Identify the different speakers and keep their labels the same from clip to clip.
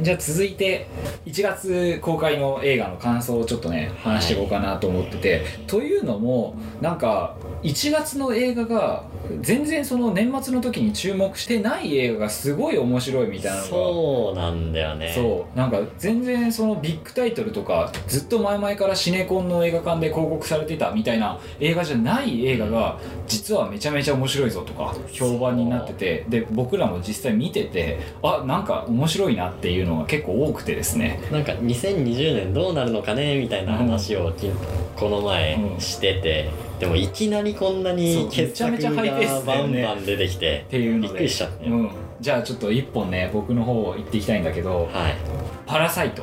Speaker 1: じゃあ続いて1月公開の映画の感想をちょっとね話していこうかなと思ってて、というのもなんか1月の映画が全然その年末の時に注目してない映画がすごい面白いみたいなのが
Speaker 2: そうなんだよね
Speaker 1: そうなんか全然そのビッグタイトルとかずっと前々からシネコンの映画館で広告されてたみたいな映画じゃない映画が実はめちゃめちゃ面白いぞとか評判になっててで僕らも実際見ててあなんか面白いなっていうのが結構多くてですね
Speaker 2: なんか2020年どうなるのかねみたいな話をきこの前
Speaker 1: うん
Speaker 2: してて、でもいきなりこんな
Speaker 1: そう
Speaker 2: に傑作
Speaker 1: めちゃめちゃ
Speaker 2: が
Speaker 1: ハイペースだ
Speaker 2: バ
Speaker 1: よ
Speaker 2: ン
Speaker 1: ね
Speaker 2: バン出てきて
Speaker 1: っていうので
Speaker 2: びっくりしちゃった
Speaker 1: うん、じゃあちょっと1本ね僕の方行っていきたいんだけど
Speaker 2: はい
Speaker 1: 「パラサイト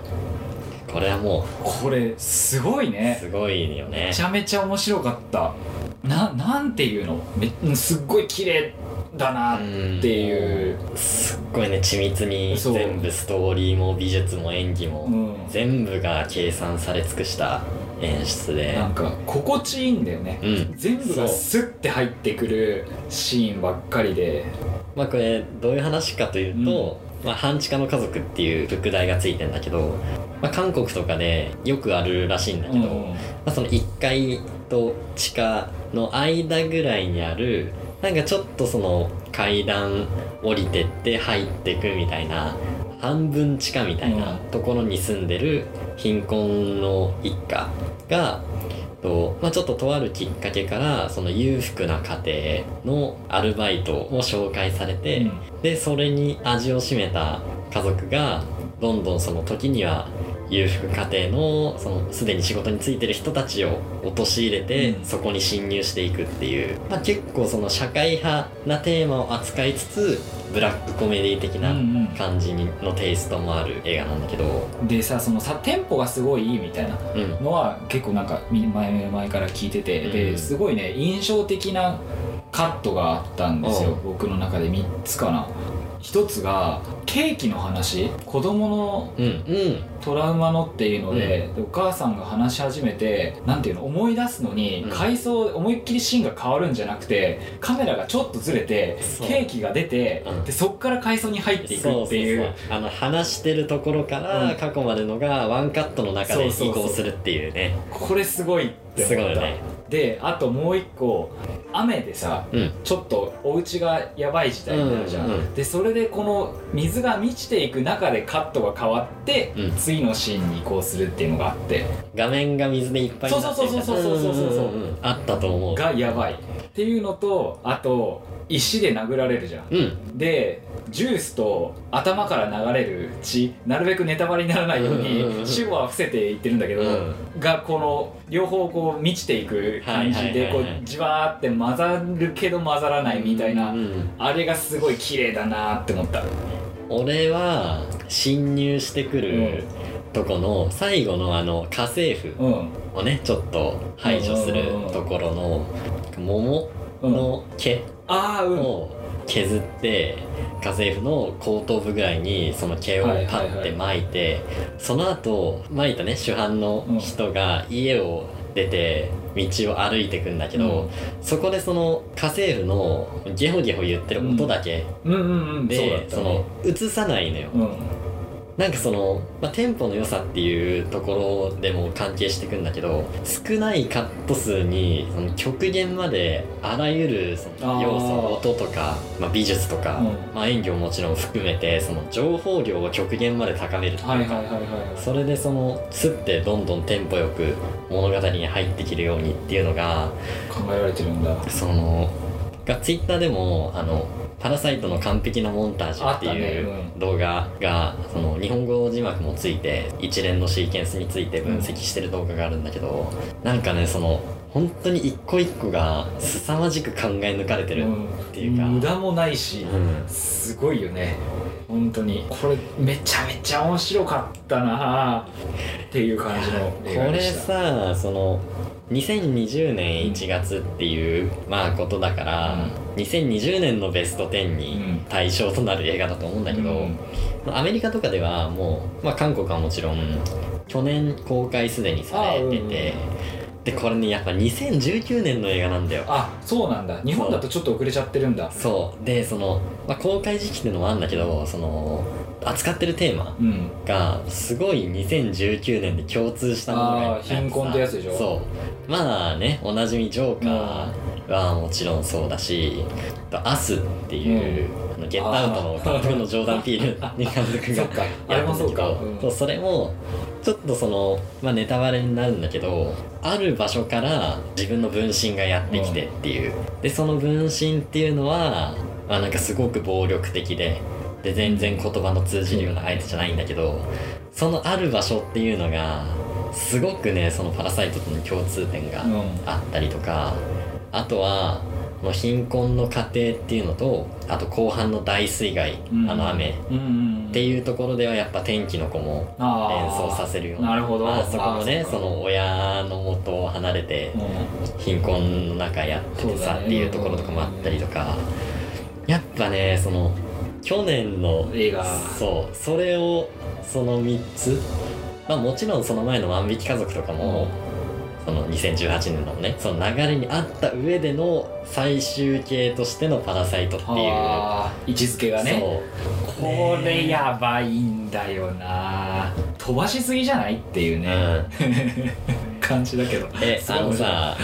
Speaker 2: これはも」
Speaker 1: これすごいうね
Speaker 2: すごいよね
Speaker 1: めちゃめちゃ面白かったななんていうのめすっごい綺麗だなっていう、
Speaker 2: すっごいね緻密に
Speaker 1: そう
Speaker 2: 全部ストーリーも美術も演技も、
Speaker 1: うん、
Speaker 2: 全部が計算され尽くした演出で
Speaker 1: なんか心地いいんだよね
Speaker 2: うん
Speaker 1: 全部が
Speaker 2: そう
Speaker 1: スッて入ってくるシーンばっかりで
Speaker 2: まあこれどういう話かというと、まあ、半地下の家族っていう副題がついてんだけど、まあ、韓国とかでよくあるらしいんだけど、
Speaker 1: うん
Speaker 2: まあ、その1階と地下の間ぐらいにあるなんかちょっとその階段降りてって入ってくみたいな半分地下みたいな
Speaker 1: う
Speaker 2: ところに住んでる貧困の一家が、とまあ、ちょっととあるきっかけからその裕福な家庭のアルバイトを紹介されて、
Speaker 1: うん
Speaker 2: でそれに味を占めた家族がどんどんその時には裕福家庭のそのすでに仕事に就いてる人たちを陥れて
Speaker 1: うん
Speaker 2: そこに侵入していくっていう、まあ、結構その社会派なテーマを扱いつつブラックコメディ的
Speaker 1: う
Speaker 2: なん感じにのテイストもある映画なんだけど、
Speaker 1: うんでさそのさテンポがすごいいいみたいな
Speaker 2: うん、
Speaker 1: のは結構なんかみ前前から聞いてて、
Speaker 2: う
Speaker 1: で
Speaker 2: ん
Speaker 1: すごいね印象的なカットがあったんですよ
Speaker 2: おう
Speaker 1: 僕の中で3つかな1つがケーキの話子供の
Speaker 2: うんうん
Speaker 1: トラウマのっていうので,、でお母さんが話し始めてなんていうの思い出すのに、
Speaker 2: うん
Speaker 1: 回想思いっきりシーンが変わるんじゃなくてカメラがちょっとずれて
Speaker 2: そう
Speaker 1: ケーキが出て、
Speaker 2: うん
Speaker 1: でそっから回想に入っていく
Speaker 2: そうそう
Speaker 1: っていう
Speaker 2: そうあの話してるところか
Speaker 1: う
Speaker 2: ら
Speaker 1: ん
Speaker 2: 過去までのがワンカットの中で移
Speaker 1: そうそう
Speaker 2: 行
Speaker 1: そう
Speaker 2: するっていうね
Speaker 1: これすごいって
Speaker 2: すごい
Speaker 1: 思っ
Speaker 2: よ
Speaker 1: た、
Speaker 2: ね
Speaker 1: であともう一個雨でさ
Speaker 2: うん
Speaker 1: ちょっとお家がやばい時代になるじゃん、
Speaker 2: うんうん
Speaker 1: でそれでこの水が満ちていく中でカットが変わって、
Speaker 2: うん
Speaker 1: 次のシーンに移行するっていうのがあって
Speaker 2: 画面が水でいっぱいになってる
Speaker 1: そうそうそうそうそうそうそう
Speaker 2: あったと思う
Speaker 1: がやばいっていうのとあと石で殴られるじゃん
Speaker 2: うん
Speaker 1: でジュースと頭から流れる血なるべくネタバレにならないよう
Speaker 2: うんうんうんう
Speaker 1: に
Speaker 2: ん
Speaker 1: 主語は伏せていってるんだけど、
Speaker 2: うん
Speaker 1: がこの両方こう満ちていく感じで
Speaker 2: はい
Speaker 1: こ
Speaker 2: はいはいはいう
Speaker 1: じわーって混ざるけど混ざらないみたいな、
Speaker 2: うん
Speaker 1: あれがすごい綺麗だなーって思った
Speaker 2: 俺は侵入してくるとこの最後のあの家政婦
Speaker 1: うん
Speaker 2: をねちょっと排除するところの桃
Speaker 1: うん
Speaker 2: の毛
Speaker 1: ああうん
Speaker 2: を削って家政婦の後頭部ぐらいにその毛をパッて巻いて、その後巻いたね主犯の人が家を出て道を歩いてくんだけど、
Speaker 1: うん
Speaker 2: そこでその家政婦のゲホゲホ言ってる音だけ
Speaker 1: うんうんうんそうだ
Speaker 2: で、
Speaker 1: った
Speaker 2: その映さないのよ、
Speaker 1: うん
Speaker 2: なんかその、まあ、テンポの良さっていうところでも関係してくんだけど少ないカット数にその極限まであらゆるその要素
Speaker 1: あ
Speaker 2: 音とか、まあ、美術とか、
Speaker 1: うん
Speaker 2: まあ、演技ももちろん含めてその情報量を極限まで高めるというか、
Speaker 1: はいはいはいはい
Speaker 2: それでそのすってどんどんテンポよく物語に入ってきるようにっていうのが
Speaker 1: 考えられてるんだ
Speaker 2: そのがツイッターでもあのパラサイトの完璧なモンタージュってい
Speaker 1: あったね
Speaker 2: う動画が、その日本語字幕もついて一連のシーケンスについて分析してる動画があるんだけど、なんかねその本当に一個一個が凄まじく考え抜かれてる、
Speaker 1: うん
Speaker 2: ていうか
Speaker 1: 無駄もないし、
Speaker 2: うん
Speaker 1: すごいよね本当にこれめちゃめちゃ面白かったなっていう感じの
Speaker 2: こ
Speaker 1: 映画で
Speaker 2: れ
Speaker 1: した
Speaker 2: さその2020年1月っていう、まあことだから、2020年のベスト10に対象となる映画だと思うんだけど、
Speaker 1: うん
Speaker 2: アメリカとかではもう、まあ、韓国はもちろん去年公開すでにされてて、でこれねやっぱ2019年の映画なんだよ
Speaker 1: あそうなんだ日本だとちょっと遅れちゃってるんだ
Speaker 2: そうでその、まあ、公開時期っていうのもあるんだけどその扱ってるテーマ
Speaker 1: うん
Speaker 2: がすごい2019年で共通したものがいっぱいあってさ
Speaker 1: あー貧困ってやつでしょ
Speaker 2: そうまあねおなじみジョーカーはもちろんそうだしあと「アスっていう、あのゲットアウトの監督のジョーダン・ピールに監督
Speaker 1: そっ
Speaker 2: が
Speaker 1: かあ
Speaker 2: や
Speaker 1: れ
Speaker 2: る
Speaker 1: も
Speaker 2: んだ
Speaker 1: そ
Speaker 2: け
Speaker 1: うか、
Speaker 2: ど
Speaker 1: うん
Speaker 2: そうそれもちょっとその、まあ、ネタバレになるんだけどある場所から自分の分身がやってきてっていう、でその分身っていうのは、まあ、なんかすごく暴力的でで全然言葉の通じるような相手じゃないんだけどそのある場所っていうのがすごくねその「パラサイト」との共通点が
Speaker 1: うん
Speaker 2: あったりとかあとはこの貧困の過程っていうのとあと後半の大水害、
Speaker 1: うん
Speaker 2: あの雨
Speaker 1: うんうんうん、
Speaker 2: って
Speaker 1: う
Speaker 2: いうところではやっぱ天気の子も
Speaker 1: あー
Speaker 2: 連想させるような
Speaker 1: なるほど
Speaker 2: まあ、そこもね
Speaker 1: あー
Speaker 2: そ
Speaker 1: っか
Speaker 2: の親の元を離れて
Speaker 1: うん
Speaker 2: 貧困の中やってて
Speaker 1: そう
Speaker 2: さ、
Speaker 1: だね
Speaker 2: っていうところとかもあったりとか、やっぱねその去年の
Speaker 1: 映画
Speaker 2: そうそれをその3つまあもちろんその前の「万引き家族」とかも、その2018年のねその流れにあった上での最終形としての「パラサイト」っていう、
Speaker 1: あー位置づけがね
Speaker 2: そう
Speaker 1: これやばいんだよな飛ばしすぎじゃないっていうね、 感じだけど
Speaker 2: え
Speaker 1: すごい
Speaker 2: あのさ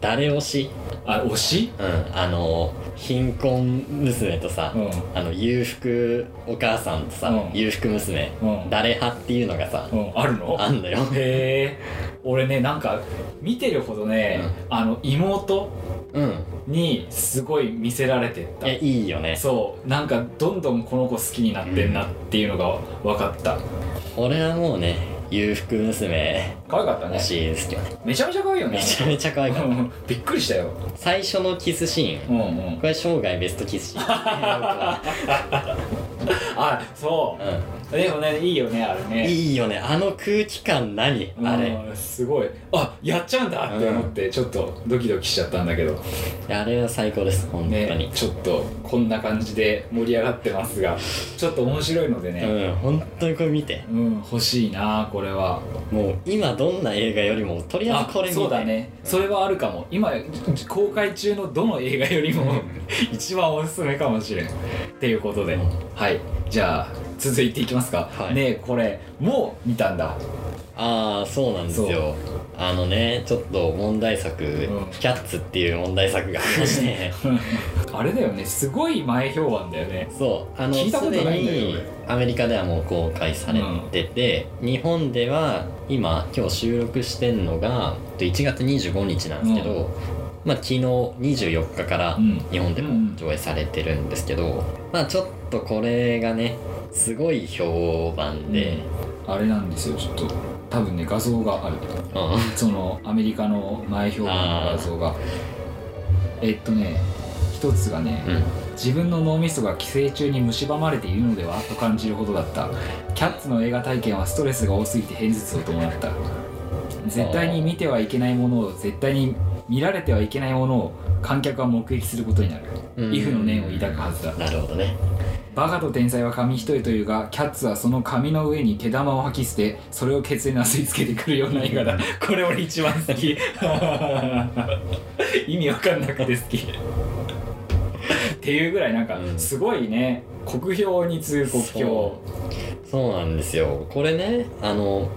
Speaker 2: 誰推し、
Speaker 1: あ推し
Speaker 2: うん、あの貧困娘とさ、
Speaker 1: うん
Speaker 2: あの裕福お母さんとさ、
Speaker 1: うん
Speaker 2: 裕福娘、
Speaker 1: うん
Speaker 2: 誰派っていうのがさ、
Speaker 1: うんあるの
Speaker 2: あ んだよ
Speaker 1: へえ俺ねなんか見てるほどね、あの妹
Speaker 2: うん
Speaker 1: にすごい見せられてっ
Speaker 2: いやいいよ
Speaker 1: た
Speaker 2: ね
Speaker 1: そうなんかどんどんこの子好きになってんなっていうのが分かった
Speaker 2: 俺はもうね裕福娘
Speaker 1: 可愛かったね
Speaker 2: 欲しいですけどね
Speaker 1: めちゃめちゃ可愛いよね
Speaker 2: めちゃめちゃ可愛かっ
Speaker 1: うんびっくりしたよ
Speaker 2: た最初のキスシ
Speaker 1: う
Speaker 2: ーン
Speaker 1: んうん
Speaker 2: これ生涯ベストキスシーンだね
Speaker 1: あそ
Speaker 2: 僕
Speaker 1: うで
Speaker 2: は
Speaker 1: もねいいよねあれ
Speaker 2: うん、い
Speaker 1: ね
Speaker 2: いよねあの空気感何あれ、
Speaker 1: うんすごいあやっちゃうんだって思ってちょっとドキドキしちゃったんだけど
Speaker 2: あれは最高です本当に、
Speaker 1: ねちょっとこんな感じで盛り上がってますがちょっと面白いのでね
Speaker 2: うん本当にこれ見て
Speaker 1: うん欲しいなこれは
Speaker 2: もう今どんな映画よりもとりあえずこれ見て
Speaker 1: そうだねそれはあるかも今公開中のどの映画よりも 一番おすすめかもしれんっていうことで、
Speaker 2: うん
Speaker 1: はいじゃあ続いていきますか、
Speaker 2: はい
Speaker 1: ねえこれもう見たんだ
Speaker 2: ああそうなんです
Speaker 1: そ
Speaker 2: よあのねちょっと問題作、
Speaker 1: ん
Speaker 2: キャッツっていう問題作がありまして
Speaker 1: あれだよねすごい前評判だよね
Speaker 2: そうあの
Speaker 1: 聞いたこと
Speaker 2: す
Speaker 1: な
Speaker 2: で
Speaker 1: いんだよ
Speaker 2: にアメリカではもう公開されてて、日本では今今日収録してんのがえっと1月25日なんですけど、まあ昨日24日から
Speaker 1: うん
Speaker 2: 日本でも上映されてるんですけど、まあちょっとこれがねすごい評判で、
Speaker 1: あれなんですよちょっと多分ね画像がある
Speaker 2: うん
Speaker 1: そのアメリカの前評判の画像がえっとね一つがね、
Speaker 2: うん
Speaker 1: 自分の脳みそが寄生虫に蝕まれているのではと感じるほどだったキャッツの映画体験はストレスが多すぎて偏頭痛を伴った絶対に見てはいけないものを絶対に見られてはいけないものを観客は目撃することになる
Speaker 2: うん
Speaker 1: イフの念を抱くはずだ
Speaker 2: なるほどね
Speaker 1: バカと天才は紙一重というがキャッツはその紙の上に毛玉を吐き捨てそれを血になすりつけてくるような映画だこれ俺一番好 き意味わかんなくて好きっていうぐらいなんか
Speaker 2: うん
Speaker 1: すごいね酷評に次ぐ酷評
Speaker 2: そうなんですよこれねあの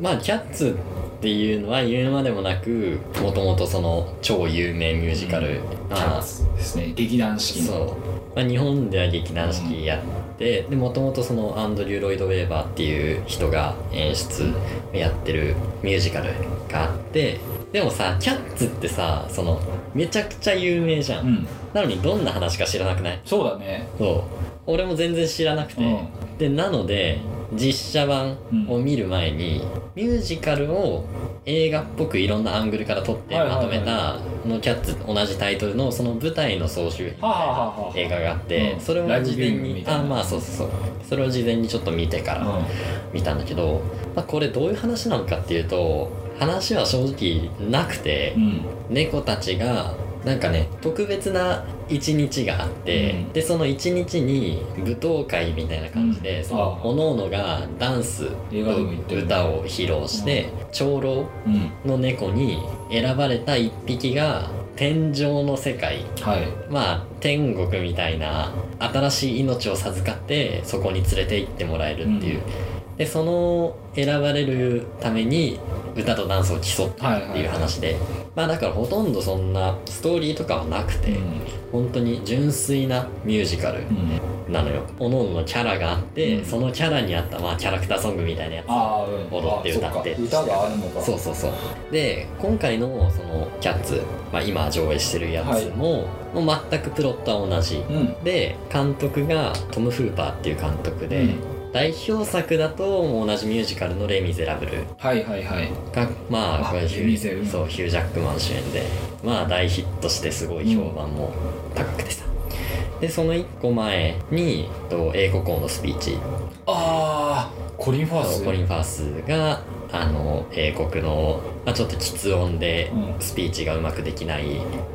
Speaker 2: まあキャッツっていうのは言うまでもなくもともとその超有名ミュージカル、
Speaker 1: キャ
Speaker 2: ま
Speaker 1: ッ
Speaker 2: あ
Speaker 1: ツですね劇団四季の
Speaker 2: そう、まあ、日本では劇団四季やってでもともとそのアンドリュー・ロイド・ウェーバーっていう人が演出やってるミュージカルがあってでもさキャッツってさそのめちゃくちゃ有名じゃん、
Speaker 1: うん
Speaker 2: なのにどんな話か知らなくない
Speaker 1: そうだね
Speaker 2: そう俺も全然知らなくて、
Speaker 1: うん
Speaker 2: でなので実写版を見る前に、ミュージカルを映画っぽくいろんなアングルから撮って
Speaker 1: はいはい
Speaker 2: ま
Speaker 1: はい
Speaker 2: とめたこのキャッツ同じタイトルのその舞台の総集編
Speaker 1: はあはあはあ
Speaker 2: 映画があって、
Speaker 1: うん
Speaker 2: それを
Speaker 1: ライブ
Speaker 2: 事
Speaker 1: ビュ
Speaker 2: 前
Speaker 1: ーイングみ
Speaker 2: に
Speaker 1: たいな
Speaker 2: あまあそうそうそうそれを事前にちょっと見てから、見たんだけど、まあ、これどういう話なのかっていうと話は正直なくて、
Speaker 1: うんうん
Speaker 2: 猫たちがなんかね特別な一日があって、
Speaker 1: うん
Speaker 2: でその一日に舞踏会みたいな感じで、
Speaker 1: うん
Speaker 2: その
Speaker 1: ああ
Speaker 2: おのおのがダンス
Speaker 1: 映画でも言ってる
Speaker 2: と
Speaker 1: ね
Speaker 2: 歌を披露して、長老
Speaker 1: うん
Speaker 2: の猫に選ばれた一匹が天上の世界
Speaker 1: はい
Speaker 2: まあ天国みたいな新しい命を授かってそこに連れて行ってもらえるっていう、でその選ばれるために歌とダンスを競って
Speaker 1: はい
Speaker 2: っていう話で、まあだからほとんどそんなストーリーとかはなくて、本当に純粋なミュージカル
Speaker 1: うんうん
Speaker 2: なのよ各々のキャラがあって、
Speaker 1: うん
Speaker 2: そのキャラに合った、まあ、キャラクターソングみたいなやつ
Speaker 1: ああうん
Speaker 2: 踊って
Speaker 1: あそ
Speaker 2: 歌って
Speaker 1: か歌があるのか
Speaker 2: そうそうそうで今回のそのキャッツ、まあ、今上映してるやつも,、もう全くプロットは同じ
Speaker 1: うん
Speaker 2: で監督がトム・フーパーっていう監督で、代表作だともう同じミュージカルの「レ・ミゼラブル
Speaker 1: はいはいはい
Speaker 2: が」ま
Speaker 1: あ
Speaker 2: あこれヒュ
Speaker 1: レミゼう
Speaker 2: ー
Speaker 1: ん
Speaker 2: そうヒュージャックマン主演でまあ大ヒットしてすごい評判も高くてさ、でその1個前にと英国王のスピーチ
Speaker 1: ああコリン・ファース
Speaker 2: コリン・ファースがあの英国の、まあ、ちょっとき音で
Speaker 1: うん
Speaker 2: スピーチがうまくできない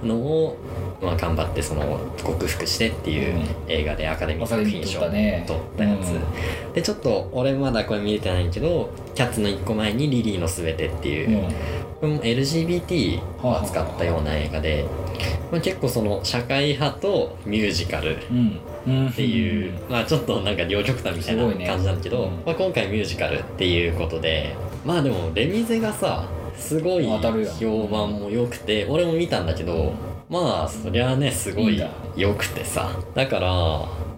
Speaker 2: のを、まあ、頑張ってその克服してっていう
Speaker 1: うん
Speaker 2: 映画でアカデミー作品賞
Speaker 1: アカデミー
Speaker 2: 取
Speaker 1: 取
Speaker 2: っ
Speaker 1: ったた
Speaker 2: や
Speaker 1: ね
Speaker 2: つ、でちょっと俺まだこれ見れてないけどキャッツの1個前に「リリーのすべて」って
Speaker 1: うん
Speaker 2: いう、うん、LGBT を扱ったような映画で、まあ、結構その社会派とミュージカル
Speaker 1: うんうん
Speaker 2: っていう、まあちょっとなんか両極端みたいな
Speaker 1: すごいね
Speaker 2: 感じなんだけど、
Speaker 1: うん
Speaker 2: まあ、今回ミュージカルっていうことでまあでもレミゼがさすごい
Speaker 1: 当たるやん
Speaker 2: 評判も良くて俺も見たんだけどまあそりゃあねすご
Speaker 1: いいん
Speaker 2: い
Speaker 1: だ
Speaker 2: 良くてさだから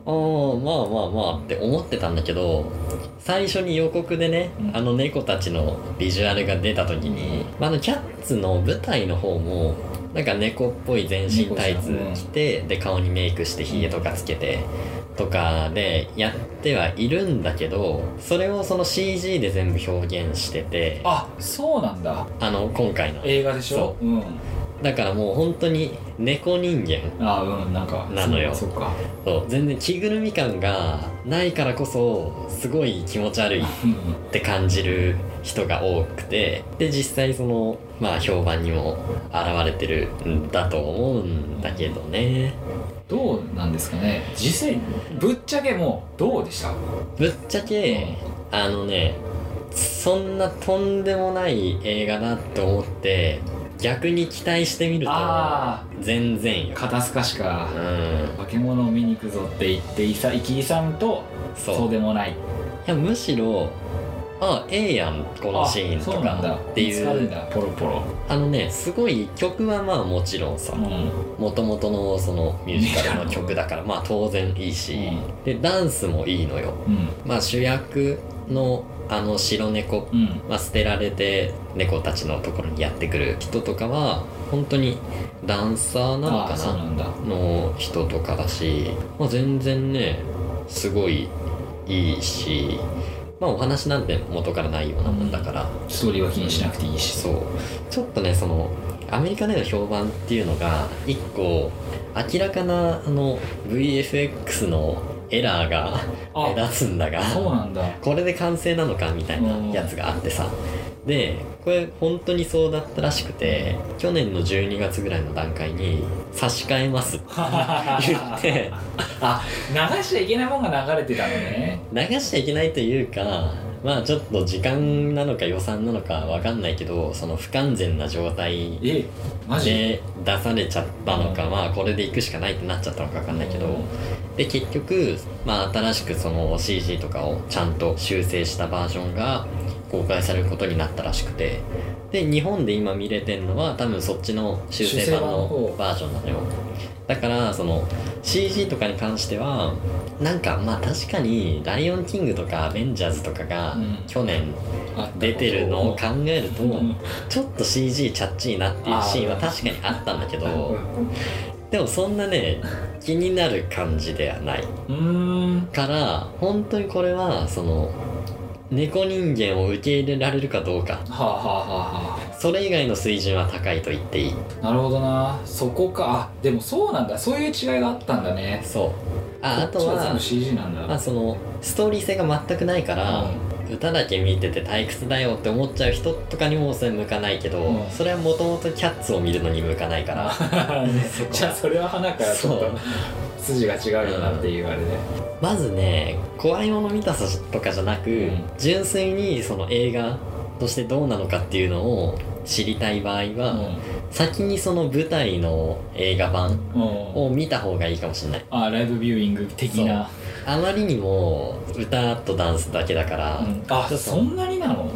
Speaker 2: あーまあまあまあって思ってたんだけど最初に予告でね、
Speaker 1: うん
Speaker 2: あの猫たちのビジュアルが出た時に、まあ、あのキャッツの舞台の方もなんか猫っぽい全身タイツ着て、で顔にメイクしてヒゲとかつけてとかでやってはいるんだけどそれをその CG で全部表現しててあ
Speaker 1: あそうなんだ
Speaker 2: の今回の
Speaker 1: 映画でしょうん
Speaker 2: だからもう本当に猫人間
Speaker 1: あーうんなんか
Speaker 2: なのよ
Speaker 1: そうそうか
Speaker 2: そう全然着ぐるみ感がないからこそすごい気持ち悪い
Speaker 1: うん
Speaker 2: って感じる人が多くてで実際そのまあ評判にも現れてるんだと思うんだけどね
Speaker 1: どうなんですかね実際ぶっちゃけもうどうでした
Speaker 2: ぶっちゃけあのねそんなとんでもない映画だと思って逆に期待してみると
Speaker 1: あ
Speaker 2: 全然よ
Speaker 1: 肩透かしか
Speaker 2: うん
Speaker 1: 化け物を見に行くぞって言っていさいきいさんと
Speaker 2: そう
Speaker 1: そうでもない
Speaker 2: いやむしろあええやんこのシーンと
Speaker 1: あそうなんだ
Speaker 2: かってい
Speaker 1: 見つかるん
Speaker 2: う
Speaker 1: だポロポロ
Speaker 2: あのねすごい曲はまあもちろんさ、
Speaker 1: うん
Speaker 2: もともとのそのミュージカルの曲だからまあ当然いいし、
Speaker 1: うん
Speaker 2: でダンスもいいのよ
Speaker 1: うん
Speaker 2: まあ主役のあの白猫、
Speaker 1: うん
Speaker 2: まあ、捨てられて猫たちのところにやってくる人とかは本当にダンサーなの
Speaker 1: あ
Speaker 2: か
Speaker 1: ーそう
Speaker 2: な
Speaker 1: なんだ
Speaker 2: の人とかだし、まあ、全然ねすごいいいしまあお話なんて元からないようなもんだから、
Speaker 1: ストーリーは気にしなくていいし、
Speaker 2: そうちょっとねそのアメリカでの評判っていうのが一個明らかなあの VFX のエラーが目
Speaker 1: あ
Speaker 2: 立つんだが
Speaker 1: そうなん だ
Speaker 2: これで完成なのかみたいなやつがあってさでこれ本当にそうだったらしくて去年の12月ぐらいの段階に差し替えますって言って
Speaker 1: あ流しちゃいけないもんが流れてたのね
Speaker 2: 流しちゃいけないというかまあちょっと時間なのか予算なのかわかんないけどその不完全な状態
Speaker 1: えマジ、
Speaker 2: で出されちゃったのか、まあこれで行くしかないってなっちゃったのか分かんないけど、で結局、まあ、新しくその CG とかをちゃんと修正したバージョンが公開されることになったらしくてで日本で今見れてるのは多分そっちの修正
Speaker 1: 修正
Speaker 2: 版
Speaker 1: 版の
Speaker 2: の
Speaker 1: 方
Speaker 2: バージョンなのよだからその CG とかに関してはなんかまあ確かに「ライオンキング」とか「アベンジャーズ」とかが
Speaker 1: うん
Speaker 2: 去年
Speaker 1: あ
Speaker 2: 出てるのを考えると、
Speaker 1: うん
Speaker 2: ちょっと CG チャッチーなっていうシーンは確かにあったんだけどでもそんなね気になる感じではないう
Speaker 1: ーん
Speaker 2: から本当にこれはその猫人間を受け入れられるかどうか
Speaker 1: はあはあはあは
Speaker 2: それ以外の水準は高いと言っていい
Speaker 1: あなるほどなそこかあでもそうなんだそういう違いがあったんだね
Speaker 2: そうああと
Speaker 1: こっち全
Speaker 2: は
Speaker 1: 部 CG なん
Speaker 2: まあ
Speaker 1: だ
Speaker 2: そのストーリー性が全くないから、歌だけ見てて退屈だよって思っちゃう人とかにもそれ向かないけど、
Speaker 1: うん
Speaker 2: それはもともとキャッツを見るのに向かないから
Speaker 1: らじゃ あそれは花からちょっ
Speaker 2: そう
Speaker 1: と筋が違うよなっていうあれで、
Speaker 2: まずね怖いもの見たさとかじゃなく、
Speaker 1: うん
Speaker 2: 純粋にその映画としてどうなのかっていうのを知りたい場合は、先にその舞台の映画版
Speaker 1: うんうん
Speaker 2: を見た方がいいかもしれない
Speaker 1: あライブビューイング的な
Speaker 2: あまりにも歌とダンスだけだから、
Speaker 1: うんあ
Speaker 2: ちょっと
Speaker 1: そんなになの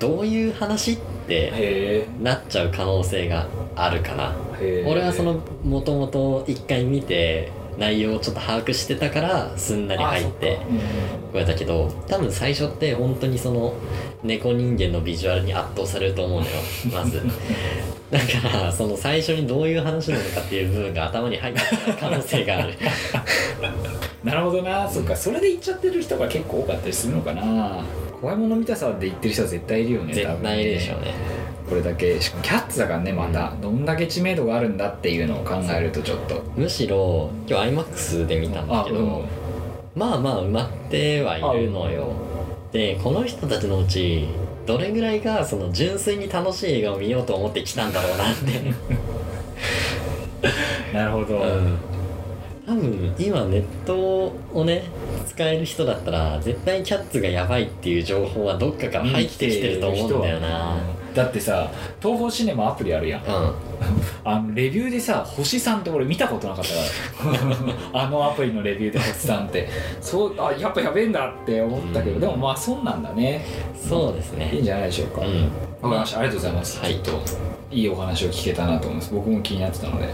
Speaker 2: どういう話って
Speaker 1: へ
Speaker 2: なっちゃう可能性があるかな
Speaker 1: えへえ
Speaker 2: 俺はそのもともと一回見て内容をちょっと把握してたからすんなり入っ
Speaker 1: あそっ
Speaker 2: て
Speaker 1: かうん
Speaker 2: これだけど多分最初って本当にその猫人間のビジュアルに圧倒されると思う のよまずだからその最初にどういう話なのかっていう部分が頭に入ってた可能性がある
Speaker 1: なるほどなそっかそれで行っちゃってる人が結構多かったりするのかな怖いもの見たさで行ってる人は絶対いるよね多
Speaker 2: 絶
Speaker 1: 分
Speaker 2: 対いるでしょうね
Speaker 1: これだけしかもキャッツだからねまた、どんだけ知名度があるんだっていうのを考えるとちょっと
Speaker 2: むしろ今日 iMAX で見たんだけど、
Speaker 1: うん
Speaker 2: まあまあ埋まってはいるのよでこの人たちのうちどれぐらいがその純粋に楽しい映画を見ようと思って来たんだろうなって、
Speaker 1: なるほど、
Speaker 2: うん、多分今ネットをね使える人だったら絶対キャッツがやばいっていう情報はどっかから入ってきてると思うんだよな
Speaker 1: だってさ東宝シネマアプリあるやん
Speaker 2: うん
Speaker 1: あのレビューでさ「星さん」って俺見たことなかったから あのアプリのレビューで「星さん」ってそうあやっぱやべえんだって思ったけど、
Speaker 2: うん
Speaker 1: でもまあそんなんだね
Speaker 2: そうです
Speaker 1: いいん
Speaker 2: ね
Speaker 1: じゃないでしょうか、
Speaker 2: う
Speaker 1: わか
Speaker 2: ん
Speaker 1: りましたありがとうございます、
Speaker 2: はい
Speaker 1: ちょっといいお話を聞けたなと思います僕も気になってたので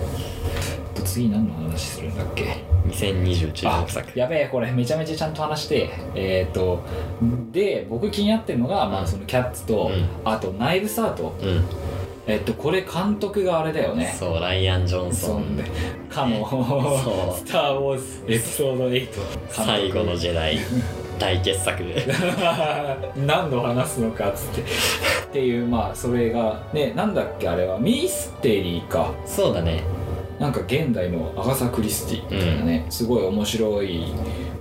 Speaker 1: 次何の話するんだっけ
Speaker 2: 2020注目作
Speaker 1: やべえこれめちゃめちゃちゃんと話してえっ、とで僕気になってるのが、ま
Speaker 2: う
Speaker 1: あ、
Speaker 2: ん
Speaker 1: そのキャッツと、
Speaker 2: うん
Speaker 1: あとナイブサート、
Speaker 2: うん
Speaker 1: えっとこれ監督があれだよね
Speaker 2: そうライアン・ジョンソ
Speaker 1: そん
Speaker 2: ン
Speaker 1: でかの
Speaker 2: そう
Speaker 1: 「スター・ウォーズ」エピソード8
Speaker 2: 最後の
Speaker 1: 監
Speaker 2: 時代大傑 作
Speaker 1: 督何度話すのかっつってっていうまあそれがねなんだっけあれはミステリーか
Speaker 2: そうだね
Speaker 1: なんか現代のアガサ・クリスティみたいなね、すごい面白い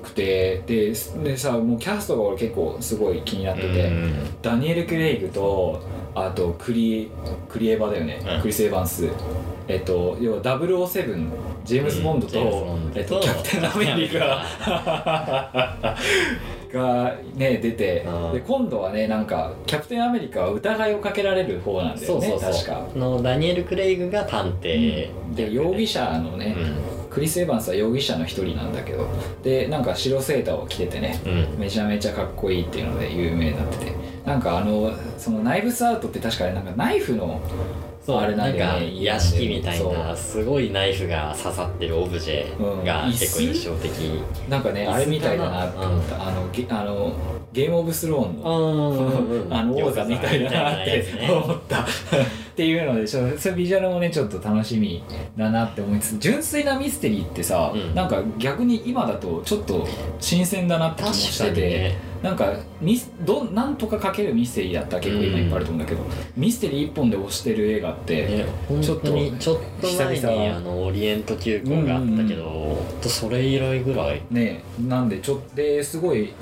Speaker 1: くてででさもうキャストが俺結構すごい気になってて、
Speaker 2: うん
Speaker 1: ダニエル・クレイグとあとクリクリエバだよね、
Speaker 2: うん
Speaker 1: クリス・エヴァンスえっと要は007ジェームズ・ボンドと,、
Speaker 2: うんジェームズボンドと
Speaker 1: えっとキャプテン・アメリカがね出て、
Speaker 2: うん
Speaker 1: で今度はねなんかキャプテン・アメリカは疑いをかけられる方なんだ
Speaker 2: そ
Speaker 1: よ
Speaker 2: う
Speaker 1: ね
Speaker 2: そうそう
Speaker 1: 確か。
Speaker 2: のダニエル・クレイグが探偵
Speaker 1: で容疑者のね、クリス・エヴァンスは容疑者の一人なんだけどでなんか白セーターを着ててね
Speaker 2: うん、うん
Speaker 1: めちゃめちゃかっこいいっていうので有名になっててなんかあのそのナイブスアウトって確かになんかナイフの
Speaker 2: そう
Speaker 1: あれなんだよね
Speaker 2: か屋敷みたいなすごいナイフが刺さってるオブジェが
Speaker 1: うん
Speaker 2: 結構印象的、
Speaker 1: なんかねあれみたいだなって思った、あのゲあのゲームオブスローンの。あの王座みたいだなって思った、っていうのでちょっとそれビジュアルもねちょっと楽しみだなって思いつつ純粋なミステリーってさ、
Speaker 2: うん
Speaker 1: なんか逆に今だとちょっと新鮮だなって気もし
Speaker 2: 確
Speaker 1: てて、
Speaker 2: かにね
Speaker 1: なんかミスどんなんとかかけるミステリーだったら結構今いっぱいあると思うんだけど、ミステリー一本で推してる映画って、
Speaker 2: ね本当にちょっと前
Speaker 1: 久
Speaker 2: に
Speaker 1: 々
Speaker 2: あのオリエント急行があったけど、ほんとそれ以来ぐらい
Speaker 1: ねなんでちょっとですごい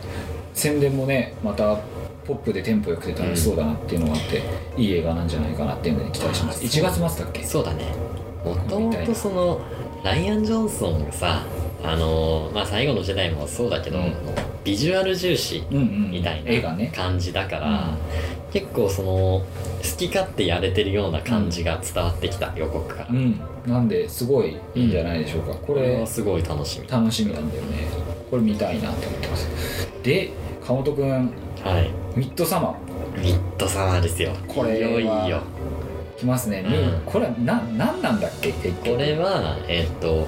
Speaker 1: 宣伝もねまたポップでテンポよくて楽しそうだなっていうのがあって、いい映画なんじゃないかなっていうので期待します
Speaker 2: あー
Speaker 1: 1月末だっけ
Speaker 2: そうだねもともとそのライアン・ジョンソンがさあのまあ最後の時代もそうだけど、
Speaker 1: うん
Speaker 2: ビジュアル重視
Speaker 1: うんうん
Speaker 2: みたい
Speaker 1: 映画ね
Speaker 2: な感じだから、結構その好き勝手やれてるような感じが伝わってきた予告から、
Speaker 1: うんなんですごいいいんじゃないでしょうか、こ
Speaker 2: これ
Speaker 1: れ
Speaker 2: はすごい楽しみ
Speaker 1: 楽しみなんだよねこれ見たいなって思ってますで川本君
Speaker 2: はい
Speaker 1: ミッドサマー
Speaker 2: ミッドサマーですよ
Speaker 1: これはい
Speaker 2: よいよ
Speaker 1: きますね、
Speaker 2: うん
Speaker 1: これはな何なんだっけ結局
Speaker 2: これはえっと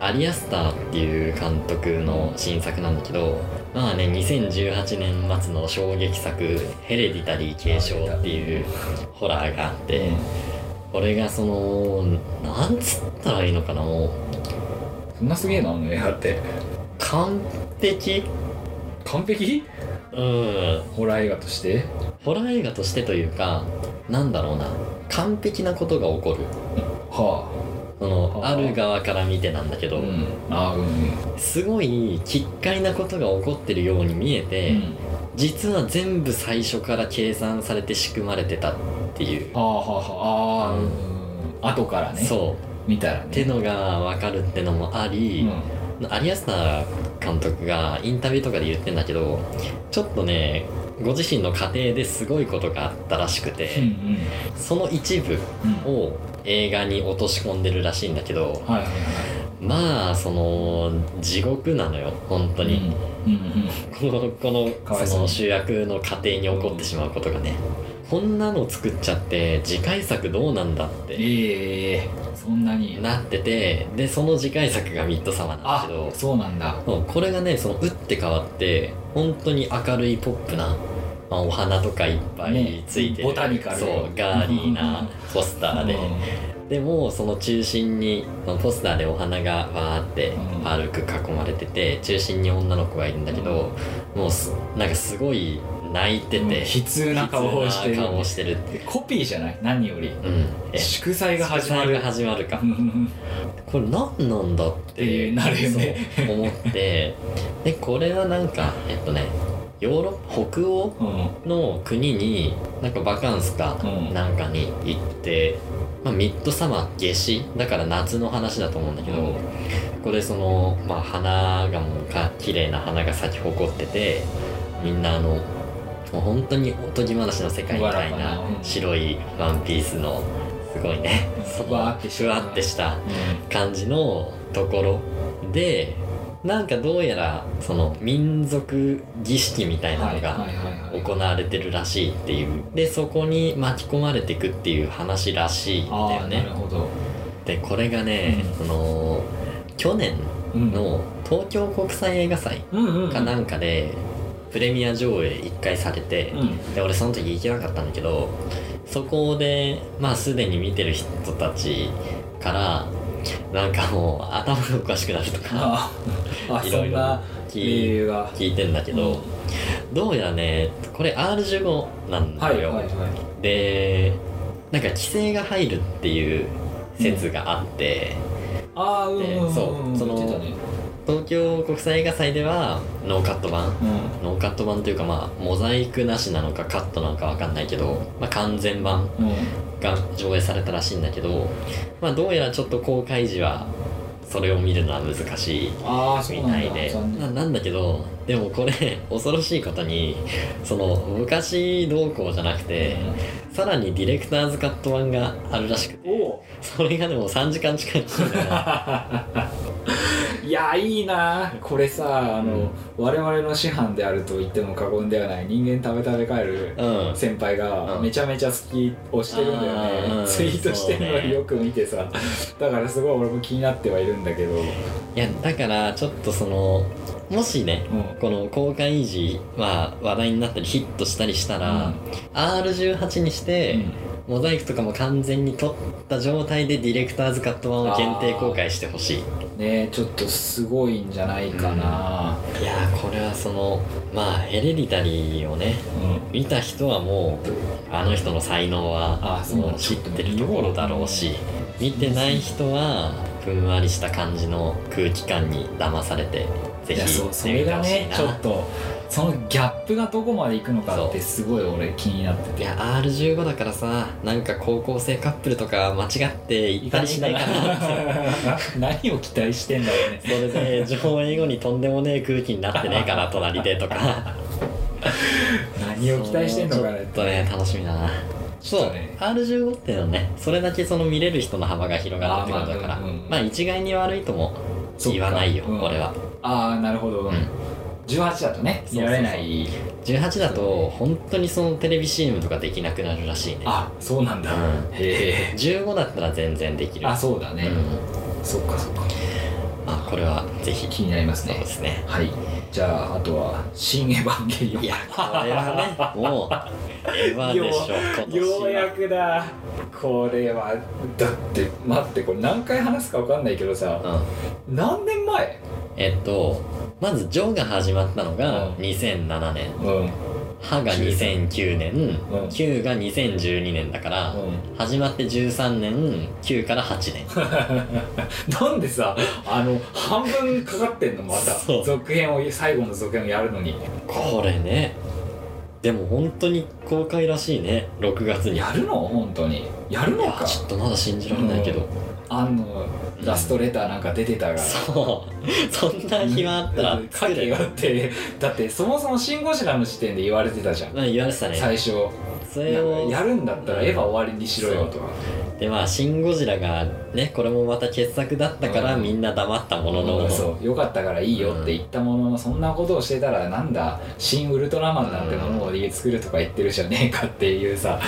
Speaker 2: アリアスターっていう監督の新作なんだけどまあね2018年末の衝撃作「ヘレディタリー継承」っていうホラーがあってこれがそのなんつったらいいのかなもう
Speaker 1: そんなすげえなあの映画って
Speaker 2: 完璧
Speaker 1: 完璧
Speaker 2: うん
Speaker 1: ホラー映画として
Speaker 2: ホラー映画としてというかなんだろうな完璧なことが起こる
Speaker 1: は
Speaker 2: その
Speaker 1: はあ
Speaker 2: ある側から見てなんだけ
Speaker 1: あ
Speaker 2: ど、
Speaker 1: うんああうん
Speaker 2: すごいきっかりなことが起こってるように見えて、
Speaker 1: うん
Speaker 2: 実は全部最初から計算されて仕組まれてたっていう、
Speaker 1: はあはあはああーうん後からね
Speaker 2: そ
Speaker 1: 見たら
Speaker 2: うって
Speaker 1: ね
Speaker 2: のが分かるってのもあ
Speaker 1: う
Speaker 2: り、
Speaker 1: ん
Speaker 2: アリアスナ監督がインタビューとかで言ってんだけどちょっとねご自身の家庭ですごいことがあったらしくて、
Speaker 1: うん
Speaker 2: その一部
Speaker 1: うんうん
Speaker 2: を映画に落とし込んでるらしいんだけ
Speaker 1: は
Speaker 2: ど
Speaker 1: いはいは
Speaker 2: まあその地獄なのよ本当
Speaker 1: い
Speaker 2: に、
Speaker 1: うんうんうん
Speaker 2: このこ
Speaker 1: かわ
Speaker 2: の
Speaker 1: いそう
Speaker 2: その主役の家庭に起こってしまうことがねこんなの作っちゃって次回作どうなんだって
Speaker 1: ええそんなに
Speaker 2: なっててでその次回作がミッドサマーなんだ
Speaker 1: あ
Speaker 2: けど
Speaker 1: そうなんだ
Speaker 2: そうこれがねその打って変わって本当に明るいポップな、まあ、お花とかいっぱい
Speaker 1: ね
Speaker 2: ついてる、
Speaker 1: ボタニカル
Speaker 2: そうガーリーなポスターで、でもその中心にポスターでお花がわーって
Speaker 1: うん
Speaker 2: 丸く囲まれてて中心に女の子がいるんだけどもうすなんかすごい泣いて
Speaker 1: うん
Speaker 2: て
Speaker 1: 悲痛な顔をして
Speaker 2: 悲
Speaker 1: る
Speaker 2: 痛な顔をしてるって
Speaker 1: コピーじゃない何より
Speaker 2: うんえ
Speaker 1: 祝祭が始まる
Speaker 2: 祝祭が始まるか
Speaker 1: うんうん
Speaker 2: これ何なんだって
Speaker 1: ってなるよね
Speaker 2: そう思ってでこれはなんかえっとねヨーロッパ北欧
Speaker 1: うんうん
Speaker 2: の国になんかバカンスか
Speaker 1: うん
Speaker 2: なんかに行って、まあ、ミッドサマー夏至だから夏の話だと思うんだけど、
Speaker 1: うん
Speaker 2: これその、まあ、花がもうか綺麗な花が咲き誇っててみんなあのもう本当におとぎ話の世界みた
Speaker 1: わら
Speaker 2: い
Speaker 1: ば
Speaker 2: な
Speaker 1: なうん
Speaker 2: 白いワンピースのすごいね
Speaker 1: うん
Speaker 2: その
Speaker 1: ふわってした
Speaker 2: ふわってした感じのところでなんかどうやらその民族儀式みたいな
Speaker 1: はいは
Speaker 2: の
Speaker 1: い
Speaker 2: が
Speaker 1: はいはい
Speaker 2: 行われてるらしいっていうでそこに巻き込まれていくっていう話らしいんだ
Speaker 1: あ
Speaker 2: よ
Speaker 1: あなる
Speaker 2: ね
Speaker 1: ほど
Speaker 2: でこれがね、その去年
Speaker 1: うん
Speaker 2: の東京国際映画祭
Speaker 1: うんうんうん
Speaker 2: かなんかでプレミア上映1回されて、
Speaker 1: うん
Speaker 2: で俺その時行けなかったんだけどそこでまあすでに見てる人たちからなんかもう頭がおかしくなるとか
Speaker 1: ああ
Speaker 2: いろ
Speaker 1: そ
Speaker 2: い
Speaker 1: ん
Speaker 2: ろ
Speaker 1: な理
Speaker 2: 聞い
Speaker 1: 由が
Speaker 2: 聞いてんだけど、どうやらねこれ R15 なん
Speaker 1: は
Speaker 2: だ
Speaker 1: い
Speaker 2: よ、
Speaker 1: はいは
Speaker 2: でなんか規制が入るっていう説があって、
Speaker 1: いああうんうんうんん
Speaker 2: そうその
Speaker 1: 言ってたね
Speaker 2: 東京国際映画祭ではノーカット版
Speaker 1: うん
Speaker 2: ノーカット版というかまあモザイクなしなのかカットなのかわかんないけど、まあ、完全版
Speaker 1: うん
Speaker 2: が上映されたらしいんだけど、まあ、どうやらちょっと公開時はそれを見るのは難しい
Speaker 1: ああそう
Speaker 2: み
Speaker 1: な
Speaker 2: た
Speaker 1: ん
Speaker 2: い
Speaker 1: だ
Speaker 2: で
Speaker 1: 残念
Speaker 2: ななんだけどでもこれ 恐ろしいことにその昔どうこうじゃなくてさらにディレクターズカット版があるらしくて
Speaker 1: おう
Speaker 2: それがでも3時間近いんだよな
Speaker 1: いやいいなこれさあの、我々の師範であると言っても過言ではない人間食べ食べ帰る
Speaker 2: うん
Speaker 1: 先輩が
Speaker 2: うん
Speaker 1: めちゃめちゃ好きをしてるんだよね、
Speaker 2: あー
Speaker 1: ツイートしてるのを
Speaker 2: そうね
Speaker 1: よく見てさ、だからすごい俺も気になってはいるんだけど、
Speaker 2: いやだからちょっとそのもしね
Speaker 1: うん
Speaker 2: この公開維持は話題になったりヒットしたりしたら、R18 にして、モザイクとかも完全に取った状態でディレクターズカット版を限定公開してほしい
Speaker 1: ねちょっとすごいんじゃないかな、
Speaker 2: いやーこれはそのまあヘレディタリーをね
Speaker 1: うん
Speaker 2: 見た人はもうあの人の才能は
Speaker 1: あそう
Speaker 2: もう知ってるところだろうし見てない人はふんわりした感じの空気感に騙されてぜ
Speaker 1: い
Speaker 2: ひ
Speaker 1: やそうそれがねちょっとそのギャップがどこまでいくのかってすごい俺気になって
Speaker 2: い
Speaker 1: て
Speaker 2: や R15 だからさなんか高校生カップルとか間違って行ったりしないかなって
Speaker 1: 何を期待してんだろうね
Speaker 2: それで上映後にとんでもねえ空気になってねえかな隣でと か
Speaker 1: 何を期待してんのかな
Speaker 2: ちょっとね楽しみだな
Speaker 1: ちょっ
Speaker 2: そう、
Speaker 1: とね
Speaker 2: R15 っていうのはねそれだけその見れる人の幅が広がるってことだから
Speaker 1: あまあうんうん
Speaker 2: まあ一概に悪いとも
Speaker 1: そっか
Speaker 2: 言わないよ
Speaker 1: うん
Speaker 2: 俺は
Speaker 1: ああなるほど、
Speaker 2: うん
Speaker 1: 18だとね見られない
Speaker 2: 18だと本当にそのテレビ CM とかできなくなるらしいね
Speaker 1: あそうなんだ、
Speaker 2: うん
Speaker 1: へえ
Speaker 2: 15だったら全然できる
Speaker 1: あそうだね、
Speaker 2: うん
Speaker 1: そっかそっか
Speaker 2: まあこれはぜひ
Speaker 1: 気になります
Speaker 2: そう
Speaker 1: ね
Speaker 2: ですね
Speaker 1: はいじゃああとは「新エヴァンゲリオン」
Speaker 2: いやこれはねもうエヴァ でしょ今年は
Speaker 1: ようやくだこれはだって待ってこれ何回話すか分かんないけどさ
Speaker 2: うん
Speaker 1: 何年前
Speaker 2: えっとまず「ジョー」が始まったの
Speaker 1: う
Speaker 2: が
Speaker 1: ん
Speaker 2: 2007年
Speaker 1: うんうん
Speaker 2: 「ハ」が2009年
Speaker 1: うん
Speaker 2: 「Q」が2012年だから始まって13年9から8年
Speaker 1: なんでさあの半分かかってんのまた
Speaker 2: そう
Speaker 1: 続編を最後の続編をやるのに
Speaker 2: これねでも本当に公開らしいね6月に
Speaker 1: やるの本当にやる
Speaker 2: い
Speaker 1: の
Speaker 2: や
Speaker 1: か
Speaker 2: ちょっとまだ信じられないけど、
Speaker 1: あんのラストレターなんか出てたが
Speaker 2: そうそんな暇あったら
Speaker 1: 書けよってだってそもそも「シン・ゴジラ」の時点で言われてたじゃん
Speaker 2: まあ言われてたね
Speaker 1: 最初
Speaker 2: それ
Speaker 1: なん
Speaker 2: を
Speaker 1: かやるんだったらエヴァ終わりにしろよとか
Speaker 2: でまあ「シン・ゴジラ」がねこれもまた傑作だったから
Speaker 1: うん
Speaker 2: みんな黙ったもの
Speaker 1: う
Speaker 2: の
Speaker 1: んそうよかったからいいよって言ったもののそんなことをしてたらなんだ「新ウルトラマン」なんてものを作るとか言ってるじゃねえかっていうさ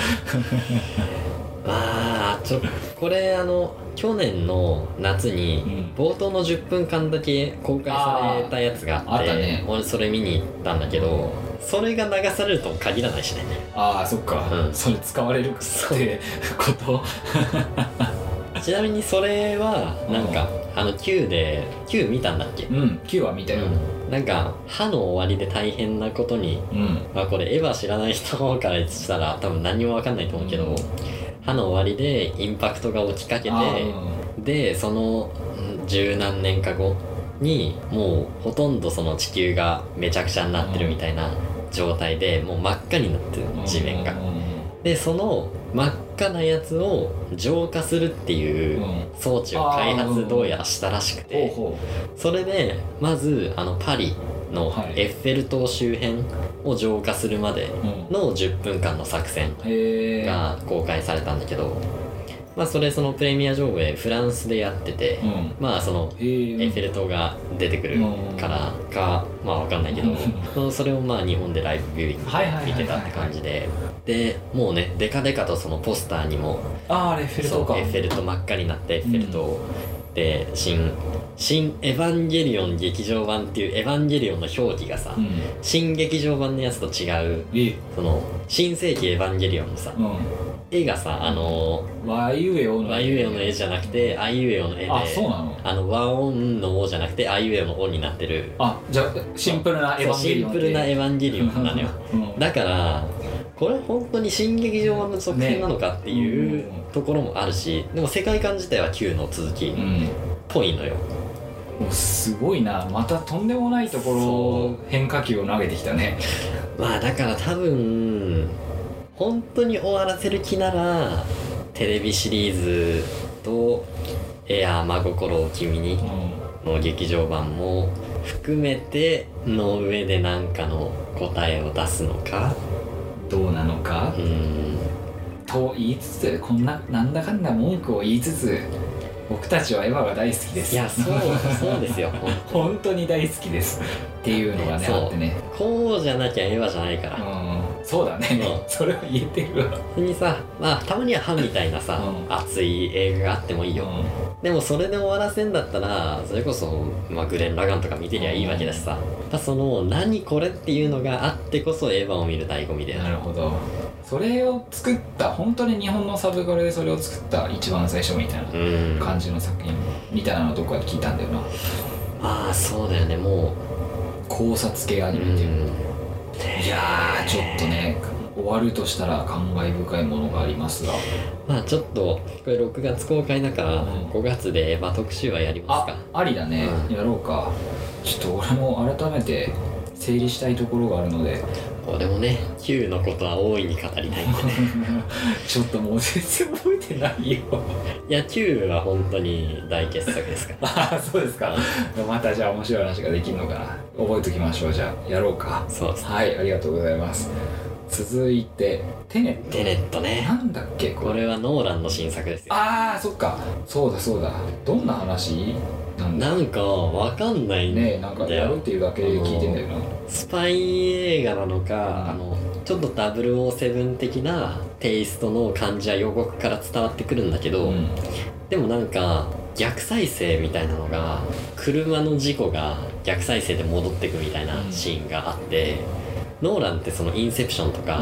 Speaker 2: ああちょこれあの去年の夏に
Speaker 1: うん
Speaker 2: 冒頭の10分間だけ公開されたやつがあ
Speaker 1: あーあ
Speaker 2: っ
Speaker 1: ってたね
Speaker 2: 俺それ見に行ったんだけどそれが流されるとも限らないし ね
Speaker 1: ああそっか、
Speaker 2: うん
Speaker 1: それ使われるかってこと
Speaker 2: ちなみにそれはなんかあの Q で Q 見たんだっけ
Speaker 1: うん9話見たよ
Speaker 2: うんなんか歯の終わりで大変なことに
Speaker 1: うん
Speaker 2: まあこれエヴァ知らない人からしたら多分何にも分かんないと思うけど、
Speaker 1: うん
Speaker 2: 歯の終わりでインパクトが起きかけ
Speaker 1: あ
Speaker 2: てでそのうん十何年か後にもうほとんどその地球がめちゃくちゃになってるみたいな状態でもう真っ赤になってる
Speaker 1: ーうん
Speaker 2: 地面が
Speaker 1: う。ん
Speaker 2: でその真っ赤なやつを浄化するっていう装置を開
Speaker 1: あーう
Speaker 2: 発
Speaker 1: ん
Speaker 2: どうやらしたらしく
Speaker 1: ほう
Speaker 2: て。
Speaker 1: ほ
Speaker 2: それでまずあのパリの
Speaker 1: はい
Speaker 2: エッフェル塔周辺を浄化するまで
Speaker 1: う、うん、
Speaker 2: の10分間の作戦
Speaker 1: へえ
Speaker 2: が公開されたんだけど、まあ、それそのプレミア上映フランスでやってて、
Speaker 1: うん
Speaker 2: まあその
Speaker 1: へえ
Speaker 2: エッフェル塔が出てくるからかまあわかんないけどそれをまあ日本でライブビューイング
Speaker 1: はいはいはいはい
Speaker 2: 見てたって感じででもうねデカデカとそのポスターにも
Speaker 1: あーあれエッフェル
Speaker 2: そ
Speaker 1: 塔か
Speaker 2: うエッフェル塔真っ赤になってエッフェル塔、で新「新エヴァンゲリオン劇場版」っていう「エヴァンゲリオン」の表記がさ、
Speaker 1: うん
Speaker 2: 新劇場版のやつと違う
Speaker 1: え
Speaker 2: その新世紀エヴァンゲリオンのさ、
Speaker 1: う
Speaker 2: 絵がさあの
Speaker 1: ん和ゆえお
Speaker 2: ー、あいうえおの絵じゃなくてあいうえおの絵で
Speaker 1: あそうなの
Speaker 2: あの和音の「お」じゃなくてあいうえおの「お」になってる
Speaker 1: あじゃあシンプルなエヴ
Speaker 2: そう
Speaker 1: ァンゲ
Speaker 2: シ
Speaker 1: リ
Speaker 2: ン
Speaker 1: オン
Speaker 2: プルなエヴァンゲリオンなのよ
Speaker 1: うん
Speaker 2: だからこれ本当に新劇場版の作品なのかっていう
Speaker 1: ね
Speaker 2: ところもあるしでも世界観自体は旧の続きっ
Speaker 1: うん
Speaker 2: ぽいのよ、
Speaker 1: もうすごいなまたとんでもないところ変化球を投げてきたね
Speaker 2: まあだから多分本当に終わらせる気ならテレビシリーズと「エアー真心を君に」の劇場版も含めての上で何かの答えを出すのか
Speaker 1: どうなのか
Speaker 2: うん
Speaker 1: と言いつつこんななんだかんだ文句を言いつつ僕たちはエヴァが大好きです
Speaker 2: いやそうそうですよ
Speaker 1: 本当に大好きですっていうのがね
Speaker 2: そう
Speaker 1: あってね
Speaker 2: こうじゃなきゃエヴァじゃないか
Speaker 1: う
Speaker 2: ら
Speaker 1: んそうだね
Speaker 2: う
Speaker 1: それは言えてるわ
Speaker 2: 別にさまあたまには歯みたいなさ
Speaker 1: うん
Speaker 2: 熱い映画があってもいいよでもそれで終わらせんだったらそれこそ、まあ、グレン・ラガンとか見てりゃいいわけだしさ、まあ、その何これっていうのがあってこそエヴァを見る醍醐味だよ
Speaker 1: なるほどそれを作った本当に日本のサブカルでそれを作った一番最初みたいな
Speaker 2: うん
Speaker 1: 感じの作品みたいなのをどこかで聞いたんだよな
Speaker 2: まあそうだよねも
Speaker 1: 考察系ア
Speaker 2: う、う
Speaker 1: ニメっていうの
Speaker 2: ん、
Speaker 1: いやーちょっとね終わるとしたら感慨深いものがありますが
Speaker 2: まあちょっとこれ6月公開だから
Speaker 1: うん
Speaker 2: 5月でエヴァ特集はやりま
Speaker 1: あ
Speaker 2: すか
Speaker 1: ありだね、
Speaker 2: う
Speaker 1: やろうかちょっと俺も改めて整理したいところがあるので
Speaker 2: 俺もね Q のことは大いに語りたいんでね
Speaker 1: ちょっともう全然覚えてないよ
Speaker 2: いや Q は本当に大傑作ですから
Speaker 1: ああそうですかまたじゃあ面白い話ができるのかな覚えときましょうじゃあやろうか
Speaker 2: そうですね
Speaker 1: はいありがとうございます続いてテネット
Speaker 2: テネット
Speaker 1: な
Speaker 2: ね
Speaker 1: んだっけこ
Speaker 2: こ
Speaker 1: れ
Speaker 2: れはノーランの新作ですよ
Speaker 1: ああそっかそうだそうだどんな話なんだ
Speaker 2: なんかわかんない
Speaker 1: ねえなんかやるっていうだけで聞いてんだよな
Speaker 2: スパイ映画なのか、
Speaker 1: うん
Speaker 2: あのちょっと007的なテイストの感じは予告から伝わってくるんだけど、
Speaker 1: うん
Speaker 2: でもなんか逆再生みたいなのが車の事故が逆再生で戻ってくみたいなシーンがあって、ノーランってその「インセプション」とか、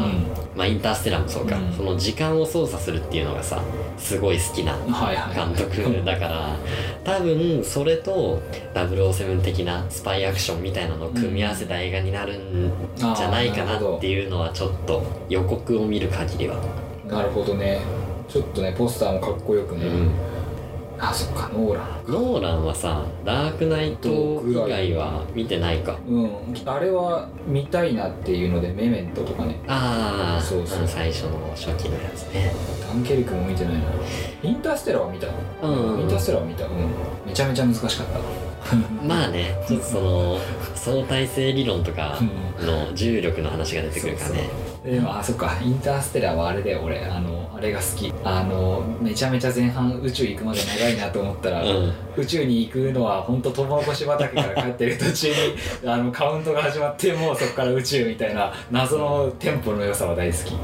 Speaker 2: まあ、インターステラーもそうか、
Speaker 1: うん
Speaker 2: その時間を操作するっていうのがさすごい好きな
Speaker 1: うんはいはい
Speaker 2: 監督だから多分それと007的なスパイアクションみたいなのを組み合わせた映画になるんじゃないかなっていうのはちょっと予告を見る限りは、
Speaker 1: なるほどねちょっとねポスターもかっこよく
Speaker 2: う
Speaker 1: ね、
Speaker 2: ん、
Speaker 1: あそっかノーラン
Speaker 2: ノーランはさダークナイト以外は見てないか
Speaker 1: うんあれは見たいなっていうのでメメントとかね
Speaker 2: ああ
Speaker 1: そうそう
Speaker 2: 最初の初期のやつね
Speaker 1: ダンケルクも見てないなインターステラーは見た
Speaker 2: うん
Speaker 1: インターステラーは見たうんめちゃめちゃ難しかった
Speaker 2: まあねちょっとその相対性理論とか
Speaker 1: う
Speaker 2: の重力の話が出てくるからね
Speaker 1: でもあそっかインターステラーはあれで俺あのあれが好きあのめちゃめちゃ前半宇宙行くまで長いなと思ったら、
Speaker 2: うん
Speaker 1: 宇宙に行くのは本当トウモロコシ畑から帰ってる途 中にあのカウントが始まってもうそこから宇宙みたいな謎のテンポの良さは大好き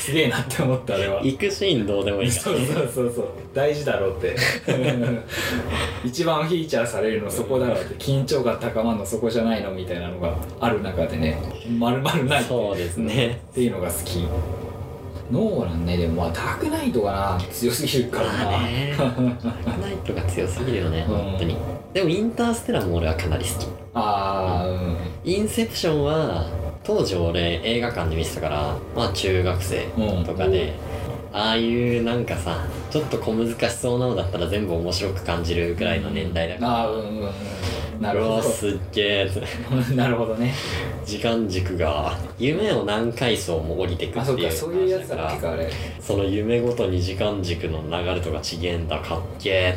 Speaker 1: すげえなって思ったあれは
Speaker 2: 行くシーンどうでもいいか
Speaker 1: そ
Speaker 2: ら
Speaker 1: う
Speaker 2: ね
Speaker 1: そうそうそう大事だろう って一番フィーチャーされるのそこだろうって緊張が高まるのそこじゃないのみたいなのがある中でねまるまるない
Speaker 2: そうですね
Speaker 1: っていうのが好きノーランねでもまあダークナイトがな強すぎるからな
Speaker 2: まあねダークナイトが強すぎるよね
Speaker 1: うん
Speaker 2: 本当にでもインターステラーも俺はかなり好き
Speaker 1: あーうん
Speaker 2: インセプションは当時俺映画館で見てたからまあ中学生とかで、ああいうなんかさちょっと小難しそうなのだったら全部面白く感じるぐらいの年代だから、
Speaker 1: ああうんうんうんなる
Speaker 2: う
Speaker 1: ほ
Speaker 2: わすっげえ
Speaker 1: ど なるほどね
Speaker 2: 時間軸が夢を何回層も降りてく
Speaker 1: あ
Speaker 2: って
Speaker 1: そっ
Speaker 2: い
Speaker 1: か
Speaker 2: う
Speaker 1: そういうや
Speaker 2: 話
Speaker 1: つ
Speaker 2: だ
Speaker 1: だっけ
Speaker 2: から
Speaker 1: かあれ
Speaker 2: その夢ごとに時間軸の流れとかちげえんだかっけ えっ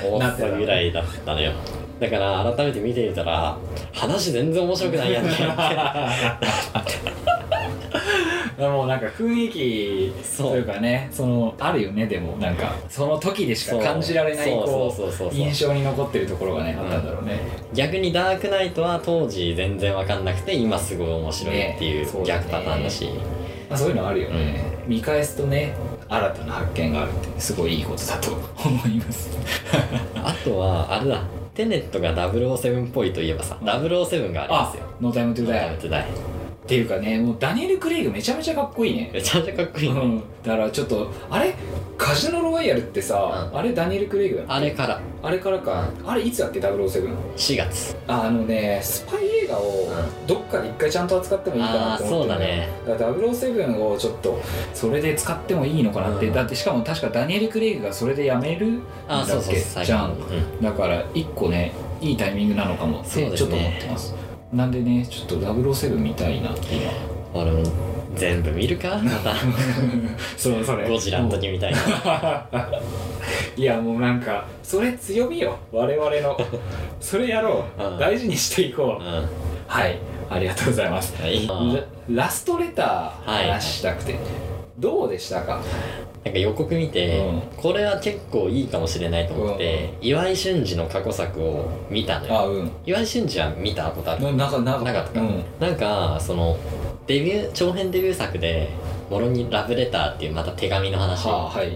Speaker 2: て思ったぐらいだったのよだから改めて見てみたら話全然面白くない やんけ
Speaker 1: もうなんか雰囲気
Speaker 2: そう
Speaker 1: というかねそのあるよねでもなんかその時でしか感じられない
Speaker 2: そう
Speaker 1: こ
Speaker 2: そうそうそう
Speaker 1: う
Speaker 2: そう
Speaker 1: 印象に残ってるところがねあったんだろうね
Speaker 2: 逆にダークナイトは当時全然わかんなくて今すごい面白いってい
Speaker 1: ねそう
Speaker 2: う
Speaker 1: だね
Speaker 2: 逆パターンだし、
Speaker 1: まあそういうのあるよね見返すとね新たな発見があるってすごいいいことだと思います
Speaker 2: あとはあれだテネットが007っぽいといえばさ007がありま
Speaker 1: あ
Speaker 2: すよ
Speaker 1: ノータイムトゥーダイっ
Speaker 2: ダイ
Speaker 1: ていうかねもうダニエル・クレイグめちゃめちゃかっこいいね
Speaker 2: めちゃめちゃかっこいい、ね
Speaker 1: うん、だからちょっとあれカジノロワイヤルってさ、
Speaker 2: うん
Speaker 1: あれダニエル・クレイグだ
Speaker 2: あれから
Speaker 1: あれからかあれいつだっけ007
Speaker 2: 4月
Speaker 1: ああのねスパイ映画を
Speaker 2: うん
Speaker 1: どっかで一回ちゃんと扱ってもいいかなと思って
Speaker 2: あーそうだね
Speaker 1: だから007をちょっとそれで使ってもいいのかなって、
Speaker 2: うん
Speaker 1: だってしかも確かダニエル・クレイグがそれでやめる
Speaker 2: あそう
Speaker 1: だ
Speaker 2: そう
Speaker 1: っけ
Speaker 2: 最
Speaker 1: じゃん
Speaker 2: うん
Speaker 1: だから一個ねいいタイミングなのかもっ
Speaker 2: そう
Speaker 1: て
Speaker 2: で
Speaker 1: ち
Speaker 2: すね
Speaker 1: ょっと思ってますなんでねちょっと007みたいなって今
Speaker 2: 俺も全部見 るかまた
Speaker 1: そうそれ
Speaker 2: ゴジラの時みたいな
Speaker 1: いやもうなんかそれ強みよ我々 のそれやろう、
Speaker 2: うん
Speaker 1: 大事にしていこ
Speaker 2: う
Speaker 1: う、
Speaker 2: んは
Speaker 1: はいありがとうございます
Speaker 2: い
Speaker 1: ララストレター
Speaker 2: はい
Speaker 1: 話したくて、どうでしたか
Speaker 2: なんか予告見て、
Speaker 1: うん
Speaker 2: これは結構いいかもしれないと思って、岩井俊二の過去作を見たのよ
Speaker 1: あうん
Speaker 2: 岩井俊二は見たことある
Speaker 1: ななんかなん
Speaker 2: なかったか
Speaker 1: うん
Speaker 2: なんかそのデビュー長編デビュー作で「もろにラブレター」っていうまた手紙の話で、
Speaker 1: はあはい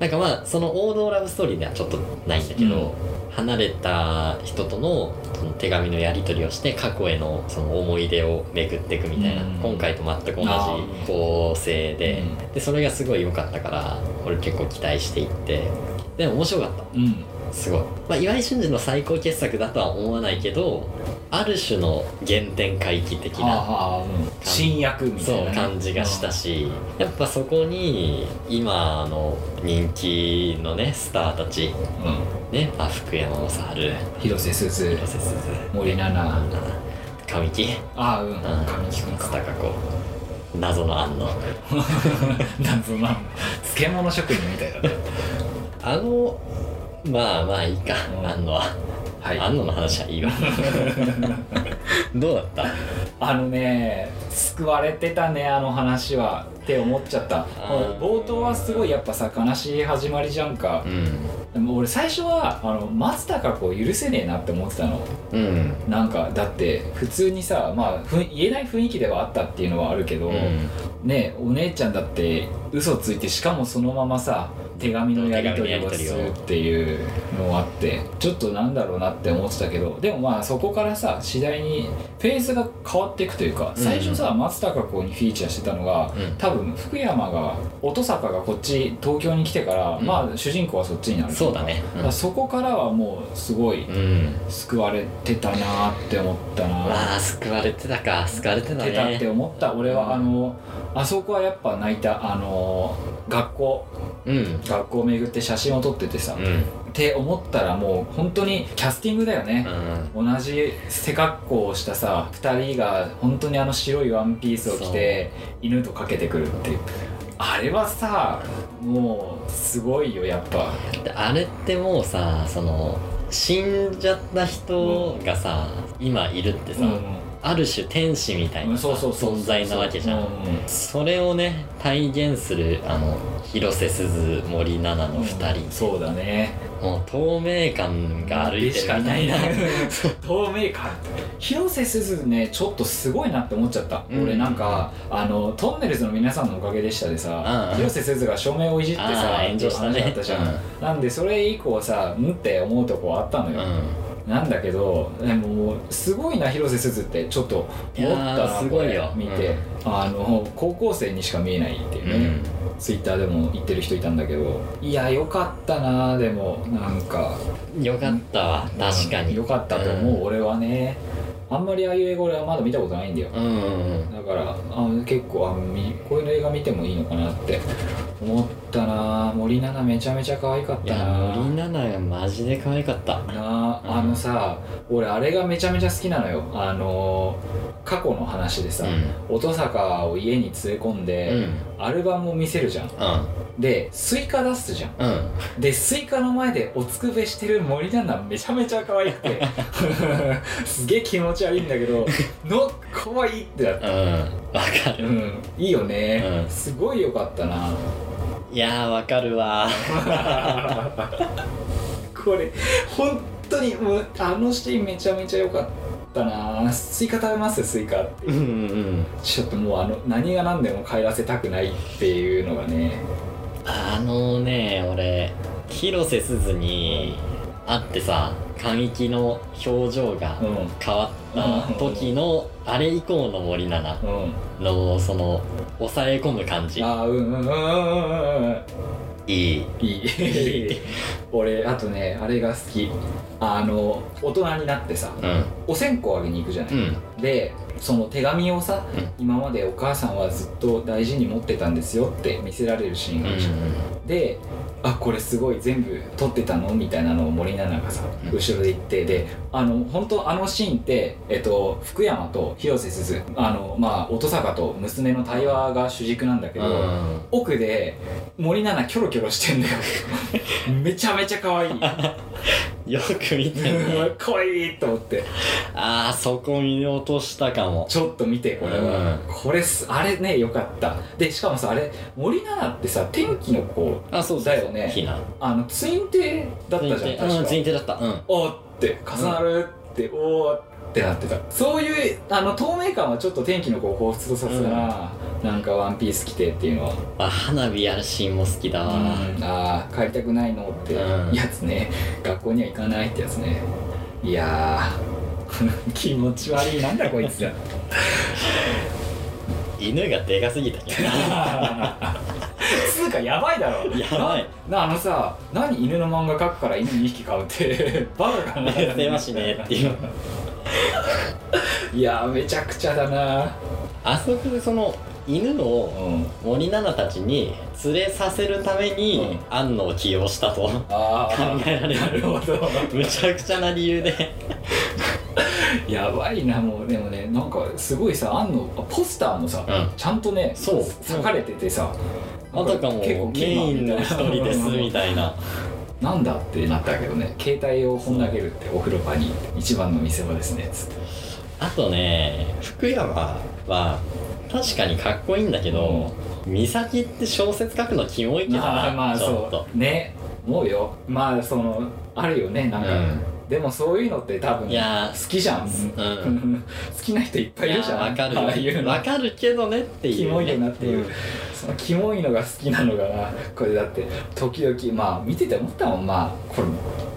Speaker 2: なんかまあその王道ラブストーリーではちょっとないんだけど、
Speaker 1: うん
Speaker 2: 離れた人とのその手紙のやり取りをして過去へのその思い出を巡っていくみたいな、
Speaker 1: うん
Speaker 2: 今回と全く同じ
Speaker 1: あ
Speaker 2: 構成で,、
Speaker 1: う
Speaker 2: でそれがすごい良かったから俺結構期待していってでも面白かった
Speaker 1: うん
Speaker 2: すごい、まあ、岩井俊二の最高傑作だとは思わないけどある種の原点回帰的
Speaker 1: はあ
Speaker 2: な
Speaker 1: はあうん新薬みたい
Speaker 2: そ
Speaker 1: な
Speaker 2: う
Speaker 1: ね、
Speaker 2: 感じがしたしやっぱそこに今の人気のねスターた
Speaker 1: う
Speaker 2: ち
Speaker 1: ん
Speaker 2: ね、まあ、福山雅治
Speaker 1: 広瀬すず
Speaker 2: 広瀬すず
Speaker 1: 森七菜
Speaker 2: 神木
Speaker 1: あうん
Speaker 2: うん
Speaker 1: 神木君
Speaker 2: 松
Speaker 1: か
Speaker 2: たか子謎の安野
Speaker 1: 謎な漬物職人みたいだね
Speaker 2: あのまあまあいいか
Speaker 1: うん
Speaker 2: 安野は
Speaker 1: はい
Speaker 2: 安野の話はい いわどうだった
Speaker 1: あのね救われてたねあの話はって思っちゃった
Speaker 2: ー
Speaker 1: 冒頭はすごいやっぱさ悲しい始まりじゃんか
Speaker 2: う、ん
Speaker 1: でも俺最初はあの松たか子を許せねえなって思ってたの
Speaker 2: うん
Speaker 1: なんかだって普通にさまあふん言えない雰囲気ではあったっていうのはあるけど、
Speaker 2: うん
Speaker 1: ねお姉ちゃんだって嘘ついてしかもそのままさ手紙のやり取りをするっていうのがあってちょっとなんだろうなって思ってたけどでもまあそこからさ次第にペースが変わっていくというか
Speaker 2: うん
Speaker 1: 最初さ松たか子にフィーチャーしてたのが
Speaker 2: うん
Speaker 1: 多分福山が乙坂がこっち東京に来てから
Speaker 2: うん
Speaker 1: まあ主人公はそっちになる
Speaker 2: そうだね
Speaker 1: だからそこからはもうすごい
Speaker 2: うん
Speaker 1: 救われてたなって思ったな
Speaker 2: まあ救われてたか救われてたね
Speaker 1: 出たって思った俺はあのあそこはやっぱ泣いたあの学校
Speaker 2: うん
Speaker 1: 学校巡って写真を撮っててさ、っ
Speaker 2: うん
Speaker 1: て思ったらもう本当にキャスティングだよね、
Speaker 2: うん
Speaker 1: 同じ背格好をしたさ2人が本当にあの白いワンピースを着て犬とかけてくるっていうあれはさもうすごいよやっぱ
Speaker 2: であれってもうさその死んじゃった人がさ、今いるってさ、ある種天使みたいなさ、
Speaker 1: そうそうそう
Speaker 2: 存在なわけじゃん、
Speaker 1: う
Speaker 2: それをね体現するあの広瀬すず森七菜の2人、
Speaker 1: そうだね
Speaker 2: もう透明感が歩いてるみた い な
Speaker 1: でしかない透明感広瀬すずねちょっとすごいなって思っちゃった、
Speaker 2: うん
Speaker 1: 俺なんかあのトンネルズの皆さんのおかげでしたでさ、
Speaker 2: うん
Speaker 1: 広瀬すずが照明をいじって
Speaker 2: あ
Speaker 1: さ
Speaker 2: ー炎上したね
Speaker 1: っていう話だったじゃん、なんでそれ以降さうんって思うとこはあったの
Speaker 2: うん、
Speaker 1: よ、
Speaker 2: うん
Speaker 1: なんだけどでももうすごいな広瀬すずってちょっと思った
Speaker 2: いや
Speaker 1: な
Speaker 2: ーす
Speaker 1: こ
Speaker 2: ごい
Speaker 1: れ
Speaker 2: よ
Speaker 1: 見て、あの高校生にしか見えないっていう
Speaker 2: う
Speaker 1: ね、
Speaker 2: ん
Speaker 1: ツイッターでも言ってる人いたんだけどいやよかったなでもなんか
Speaker 2: よかったわ確かに
Speaker 1: よかったと思う、俺はねあんまりああいう映画俺はまだ見たことないんだよ
Speaker 2: うんうん
Speaker 1: だからあ結構あみこういう映画見てもいいのかなって思ったな森七菜めちゃめちゃ可愛かっ
Speaker 2: い
Speaker 1: た
Speaker 2: や
Speaker 1: な
Speaker 2: 森七菜がマジで可愛かった
Speaker 1: な
Speaker 2: うん
Speaker 1: ああのさ、俺あれがめちゃめちゃ好きなのよあのー過去の話でさ、
Speaker 2: うん
Speaker 1: 音坂を家に連れ込ん
Speaker 2: うんう
Speaker 1: で、
Speaker 2: ん
Speaker 1: アルバムを見せるじゃんでスイカ出すじゃん
Speaker 2: うん
Speaker 1: でスイカの前でおつくべしてる森七菜めちゃめちゃ可愛くて すげえ気持ち悪いんだけどの可愛いってなっ
Speaker 2: う
Speaker 1: た
Speaker 2: んわか
Speaker 1: う
Speaker 2: る
Speaker 1: んいいよね、
Speaker 2: うん
Speaker 1: すごいよかったな
Speaker 2: いやーわかるわ
Speaker 1: これ本当にもうあのシーンめちゃめちゃ良かったなスイカ食べますスイカって
Speaker 2: うんうん
Speaker 1: ちょっともうあの何が何でも帰らせたくないっていうのがね
Speaker 2: あのね俺広瀬すずに会ってさ感激の表情が
Speaker 1: うん
Speaker 2: 変わった時のあれ以降の森七菜
Speaker 1: うん
Speaker 2: のその抑え込む感じ
Speaker 1: あーうんうんうんうんうんうん
Speaker 2: いい
Speaker 1: いい俺あとねあれが好きあの大人になってさ
Speaker 2: うん
Speaker 1: お線香あげに行くじゃない、
Speaker 2: うん
Speaker 1: でその手紙をさ、
Speaker 2: うん
Speaker 1: 今までお母さんはずっと大事に持ってたんですよって見せられるシーン
Speaker 2: うん
Speaker 1: があるじゃん、で「あこれすごい全部撮ってたの?」みたいなのを森七菜がさ、
Speaker 2: うん
Speaker 1: 後ろで言ってであの本当あのシーンって、えっと、福山と広瀬すずあのまあ音坂と娘の対話が主軸なんだけ
Speaker 2: う
Speaker 1: ど、
Speaker 2: ん
Speaker 1: 奥で森七菜キョロキョロしてん だよめちゃめちゃ可愛 い
Speaker 2: よく見てね
Speaker 1: 可愛いと思って
Speaker 2: あーそこ見落としたかも
Speaker 1: ちょっと見てこれは、これすあれねよかったでしかもさあれ森七菜ってさ天気の子
Speaker 2: あそう
Speaker 1: だよね
Speaker 2: ひな
Speaker 1: あのツインテーだったじゃん確
Speaker 2: うん
Speaker 1: か
Speaker 2: 前提だったうん
Speaker 1: おーって重なるって、おーってなってたそういうあの透明感はちょっと天気の子を彷彿とさせたな、なんかワンピース着てっていうのは
Speaker 2: あ花火やるシーンも好きだわ
Speaker 1: ああ帰りたくないのって
Speaker 2: うん
Speaker 1: やつね、学校には行かないってやつねいやー 気持ち悪いなんだこい つら
Speaker 2: 犬がでかすぎたけど
Speaker 1: つうかやばいだろ
Speaker 2: やばい
Speaker 1: なあのさ何犬の漫画描くから犬2匹買うって バカかな
Speaker 2: 出ましねっていう
Speaker 1: いやーめちゃくちゃだな
Speaker 2: あそこでその犬を
Speaker 1: うん
Speaker 2: 森七菜たちに連れさせるために安野を起用したと
Speaker 1: あー
Speaker 2: 考えられる
Speaker 1: な るほど
Speaker 2: むちゃくちゃな理由で
Speaker 1: やばいなもうでもねなんかすごいさあんのポスターもさ、
Speaker 2: うん
Speaker 1: ちゃんとね
Speaker 2: そう
Speaker 1: 裂かれててさ
Speaker 2: あたかも
Speaker 1: 結構
Speaker 2: メ
Speaker 1: キーマ
Speaker 2: インの
Speaker 1: み
Speaker 2: 一
Speaker 1: たいな
Speaker 2: 人ですみたいな
Speaker 1: なんだってなったけどね携帯を本投げるってお風呂場に一番の見せ場ですねつって
Speaker 2: あとね福山は確かにかっこいいんだけど、美咲って小説書くのキモいけど
Speaker 1: まあ
Speaker 2: な、
Speaker 1: まあ
Speaker 2: ちょっと
Speaker 1: そ。うね思うよまあそのあるよねなんか、
Speaker 2: うん
Speaker 1: でもそういうのって多分
Speaker 2: いや
Speaker 1: 好きじゃん、
Speaker 2: ー、うん。
Speaker 1: 好きな人いっぱいいるじゃん
Speaker 2: わかる
Speaker 1: ああいう
Speaker 2: よ
Speaker 1: の
Speaker 2: わかるけどねっていう、ね、
Speaker 1: キモいよなっていう、そのキモいのが好きなのかなこれだって時々まあ見てて思ったもんまあこ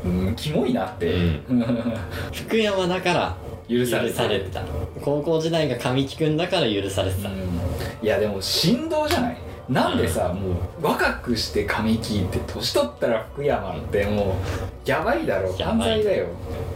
Speaker 1: れ、うん、キモいなって、
Speaker 2: うん福山だから
Speaker 1: 許
Speaker 2: 許
Speaker 1: さ
Speaker 2: さ
Speaker 1: れて
Speaker 2: れてた高校時代が神木君だから許されてた、
Speaker 1: うんいやでも振動じゃないなんでさもう若くして髪切って年取ったら福山ってもうやばいだろ
Speaker 2: やばい
Speaker 1: 犯罪だよ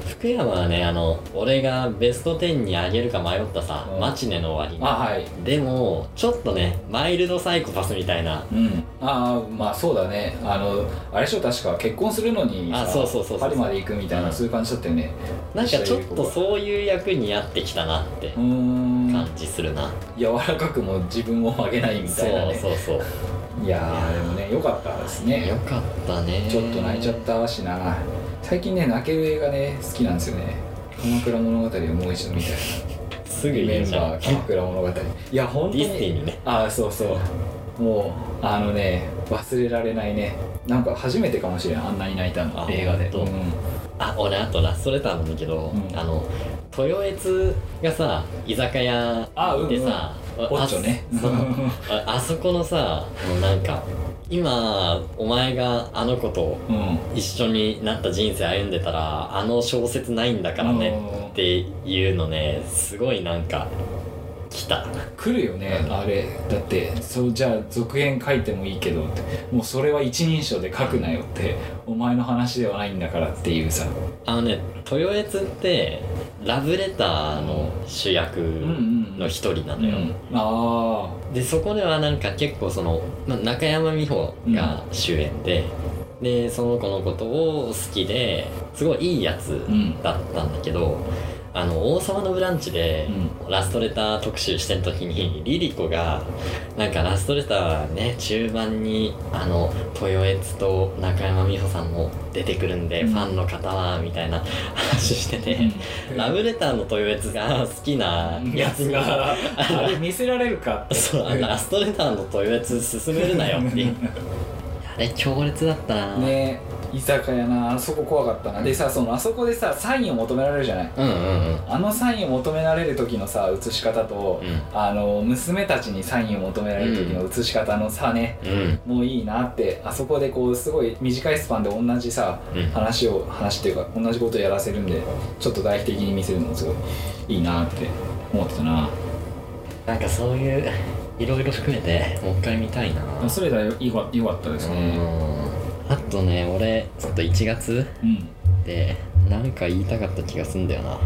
Speaker 2: 福山はねあの俺がベスト10にあげるか迷ったさ、
Speaker 1: うん
Speaker 2: マチネの終わ
Speaker 1: あはい
Speaker 2: りでもちょっとねマイルドサイコパスみたいな
Speaker 1: うんああまあそうだねあのあれでしょ確か結婚するのにさ
Speaker 2: あそうそうそうそう
Speaker 1: パリまで行くみたいなそういう感じだったよね
Speaker 2: なんかちょっとそういう役にやってきたなって
Speaker 1: うーん
Speaker 2: 感じするな、
Speaker 1: 柔らかくも自分を曲げないみ
Speaker 2: そ
Speaker 1: たいな
Speaker 2: う
Speaker 1: ね
Speaker 2: そうそう
Speaker 1: いやーでもね良かったですね
Speaker 2: よかったね
Speaker 1: ちょっと泣いちゃったしな最近ね泣ける映画ね好きなんですよね鎌倉物語をもう一度見たい
Speaker 2: すぐ
Speaker 1: メ
Speaker 2: 言う
Speaker 1: ン
Speaker 2: じゃ
Speaker 1: バ
Speaker 2: ん
Speaker 1: ー鎌倉物語いや本当
Speaker 2: ディスティ
Speaker 1: に
Speaker 2: にね
Speaker 1: ああそうそうもうあのね忘れられないねなんか初めてかもしれんあんなに泣いたの
Speaker 2: あ
Speaker 1: 映画で
Speaker 2: 本当あ俺あとラストレターなんだけど、
Speaker 1: うん
Speaker 2: あの豊悦がさ居酒屋
Speaker 1: あうんうん
Speaker 2: でさ
Speaker 1: オッチョね
Speaker 2: あ そうああそこのさあのなんか今お前があの子と
Speaker 1: うん、うん
Speaker 2: 一緒になった人生歩んでたらあの小説ないんだからね
Speaker 1: うん
Speaker 2: っていうのねすごいなんか来た
Speaker 1: 来るよね、あれだってそうじゃあ続編書いてもいいけどってもうそれは一人称で書くなよってお前の話ではないんだからっていうさ
Speaker 2: あのね豊悦ってラブレターの主役の一人なのよ、
Speaker 1: あ
Speaker 2: でそこではなんか結構その、まあ、中山美穂が主演で、でその子のことを好きですごいいいやつ
Speaker 1: あうん
Speaker 2: だったんだけど「あの王様のブランチ」でラストレター特集してる時にリリコがなんかラストレターね中盤にあの豊悦と中山美穂さんも出てくるんで、
Speaker 1: うん
Speaker 2: ファンの方はみたいな 話してて。 ラブレターの豊悦が好きなやつが
Speaker 1: があれ見せられるかって
Speaker 2: そうあのラストレターの問い合わせ進めるなよっていうあれ強烈だったな、
Speaker 1: ね居酒屋なあそこ怖かったなでさそのあそこでさサインを求められるじゃない
Speaker 2: うんうんうん
Speaker 1: あのサインを求められる時のさ写し方と、あの娘たちにサインを求められる時の写し方の差ね、
Speaker 2: うんうん
Speaker 1: もういいなってあそこでこうすごい短いスパンで同じさ
Speaker 2: うん
Speaker 1: 話を話っていうか同じことをやらせるんでちょっと代表的に見せるのもすごいいいなって思ってたな
Speaker 2: なんかそういう いろいろ含めてもう一回見たいな
Speaker 1: それがよよかよかったですね
Speaker 2: うんあとね俺ちょっと1月
Speaker 1: うん
Speaker 2: でなんか言いたかった気がすんだよな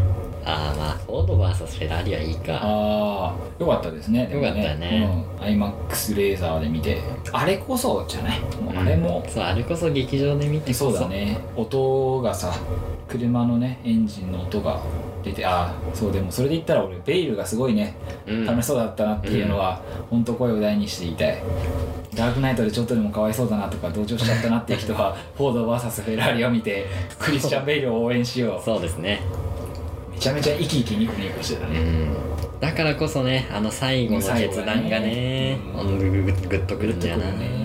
Speaker 2: あーまあフォード VS フェラーリはいいか
Speaker 1: ああよかったですねでも
Speaker 2: よかったね
Speaker 1: うん、IMAX レーザーで見てあれこそじゃないもうあれも、
Speaker 2: そうあれこそ劇場で見てこ
Speaker 1: そうだね音がさ車のねエンジンの音が出てああそうでもそれで言ったら俺ベイルがすごいね
Speaker 2: うん
Speaker 1: 楽しそうだったなっていうのは、本当声を大にして言いたいダークナイトでちょっとでもかわいそうだなとか同情しちゃったなっていう人 はフォード VS フェラーリを見てクリスチャン・ベイルを応援しよ
Speaker 2: そうですね
Speaker 1: うめちゃめちゃ生き生きニコニコしてた
Speaker 2: う
Speaker 1: ね、
Speaker 2: んだからこそねあの最後の決断がね
Speaker 1: 最
Speaker 2: う
Speaker 1: 後
Speaker 2: んググググッとくるんだよな、
Speaker 1: ね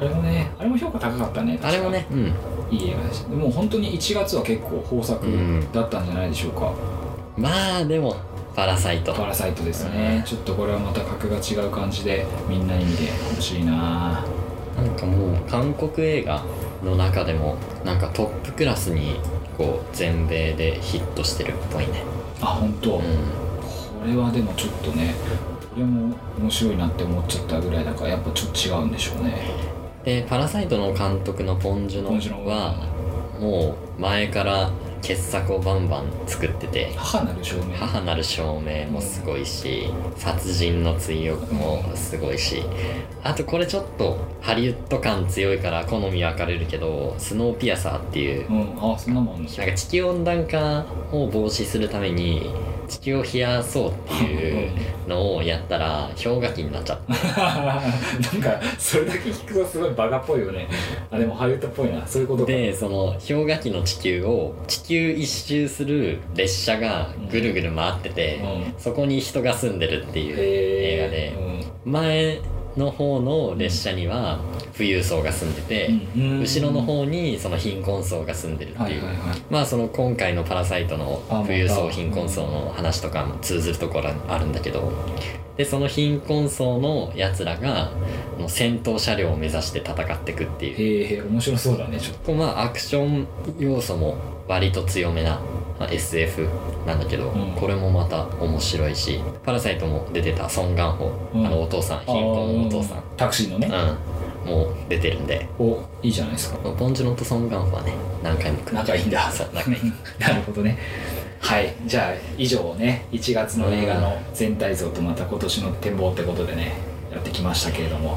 Speaker 1: あれもねあれも評価高かったね確か
Speaker 2: あれもねうん
Speaker 1: いい映画でしたでも本当に1月は結構豊作だったんじゃないでしょうか、
Speaker 2: まあでもパラサイト
Speaker 1: パラサイトですね、ちょっとこれはまた格が違う感じでみんなに見てほしいな
Speaker 2: なんかもう韓国映画の中でもなんかトップクラスにこう全米でヒットしてるっぽいね
Speaker 1: あ本当、
Speaker 2: う
Speaker 1: これはでもちょっとねこれも面白いなって思っちゃったぐらいだからやっぱちょっと違うんでしょうね
Speaker 2: んでパラサイトの監督のポン・ジュ
Speaker 1: ポンジュ
Speaker 2: ノ
Speaker 1: ノ
Speaker 2: はもう前から傑作をバンバン作ってて
Speaker 1: 母なる証明
Speaker 2: 母なる証明もすごいし殺人の追憶もすごいしあとこれちょっとハリウッド感強いから好み分かれるけどスノーピアサーっていう
Speaker 1: うんあそんなもん
Speaker 2: なんか地球温暖化を防止するために地球を冷やそうっていうのをやったら氷河期になっちゃっ た
Speaker 1: なんかそれだけ聞くとすごいバカっぽいよねあでもハリウッドっぽいなそういうことか
Speaker 2: でその氷河期の地球を地球一周する列車がぐるぐる回って
Speaker 1: う
Speaker 2: て
Speaker 1: ん、へ
Speaker 2: そこに人が住んでるっていう映画で
Speaker 1: え。
Speaker 2: 前の方の列車には富裕層が住んでて、
Speaker 1: うん
Speaker 2: 後ろの方にその貧困層が住んでるっていう、
Speaker 1: はいはいはい
Speaker 2: まあその今回の「パラサイト」の
Speaker 1: あ
Speaker 2: 富裕
Speaker 1: ま
Speaker 2: 層
Speaker 1: た
Speaker 2: 貧困層の話とかも通ずるところあるんだけどでその貧困層のやつらがあの戦闘車両を目指して戦ってくっていう
Speaker 1: へえ面白そうだねちょっ
Speaker 2: こうまあアクション要素も割と強めなまあ SF なんだけど、
Speaker 1: うん
Speaker 2: これもまた面白いし「パラサイト」も出てたソン・ガンホ、
Speaker 1: うん
Speaker 2: あのお父さん貧困のお父さん、
Speaker 1: あータクシーのね、
Speaker 2: うん、もう出てるんで
Speaker 1: おいいじゃないですか
Speaker 2: ボンジュロンとソン・ガンホはね何回も来る
Speaker 1: 仲いいんだ
Speaker 2: そう仲いい
Speaker 1: なるほどねはいじゃあ以上ね1月の映画の全体像とまた今年の展望ってことでねやってきましたけれども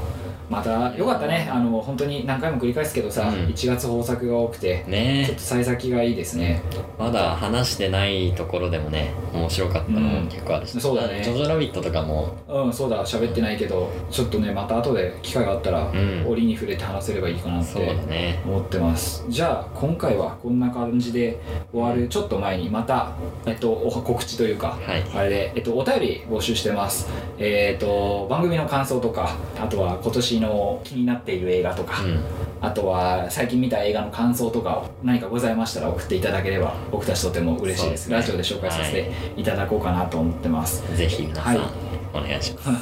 Speaker 1: またよかったねあの本当に何回も繰り返すけどさ、
Speaker 2: うん
Speaker 1: 1月豊作が多くてちょっ
Speaker 2: ね
Speaker 1: と幸先がいいですね
Speaker 2: まだ話してないところでもね面白かったのも結構あるし、
Speaker 1: うんそうだね
Speaker 2: ジョジョラビットとかも
Speaker 1: うんそうだ喋ってないけどちょっとねまた後で機会があったら、
Speaker 2: うん
Speaker 1: 折に触れて話せればいいかなっ
Speaker 2: そうだ
Speaker 1: て
Speaker 2: ね
Speaker 1: 思ってますじゃあ今回はこんな感じで終わるちょっと前にまた、えっと、お告知というか
Speaker 2: はい
Speaker 1: あれで、えっと、お便り募集してますえっと番組の感想とかあとは今年の気になっている映画とか、
Speaker 2: うん
Speaker 1: あとは最近見た映画の感想とかを何かございましたら送っていただければ僕たちとても嬉しいです
Speaker 2: そうですね
Speaker 1: ラジオで紹介させていただこうかなと思ってます、
Speaker 2: ぜひ皆さん、
Speaker 1: はい
Speaker 2: お願いします
Speaker 1: よ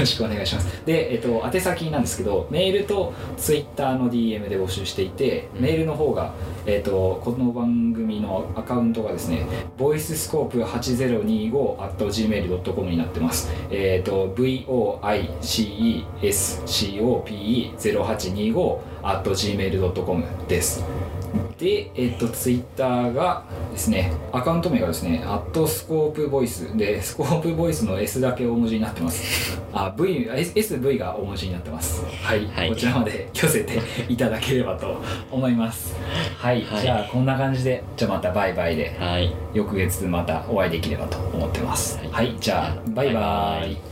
Speaker 1: ろしくお願いしますで、えっと、宛先なんですけどメールとツイッターの DM で募集していてメールの方が、えっと、この番組のアカウントがですね voicescope8025.gmail.com になってますえっと voicescope0825.gmail.com ですで、えっと、ツイッターがですね、アカウント名がですね、アットスコープボイスで、スコープボイスの S だけ大文字になってます。あ、V、あ S- SV が大文字になってます。はい、
Speaker 2: はい
Speaker 1: こちらまで寄せていただければと思います。はい、
Speaker 2: はい
Speaker 1: じゃあこんな感じで、じゃあまたバイバイで、
Speaker 2: はい
Speaker 1: 翌月またお会いできればと思ってます。
Speaker 2: はい
Speaker 1: はい、じゃあ、バイバ
Speaker 2: バイバ
Speaker 1: イ
Speaker 2: イ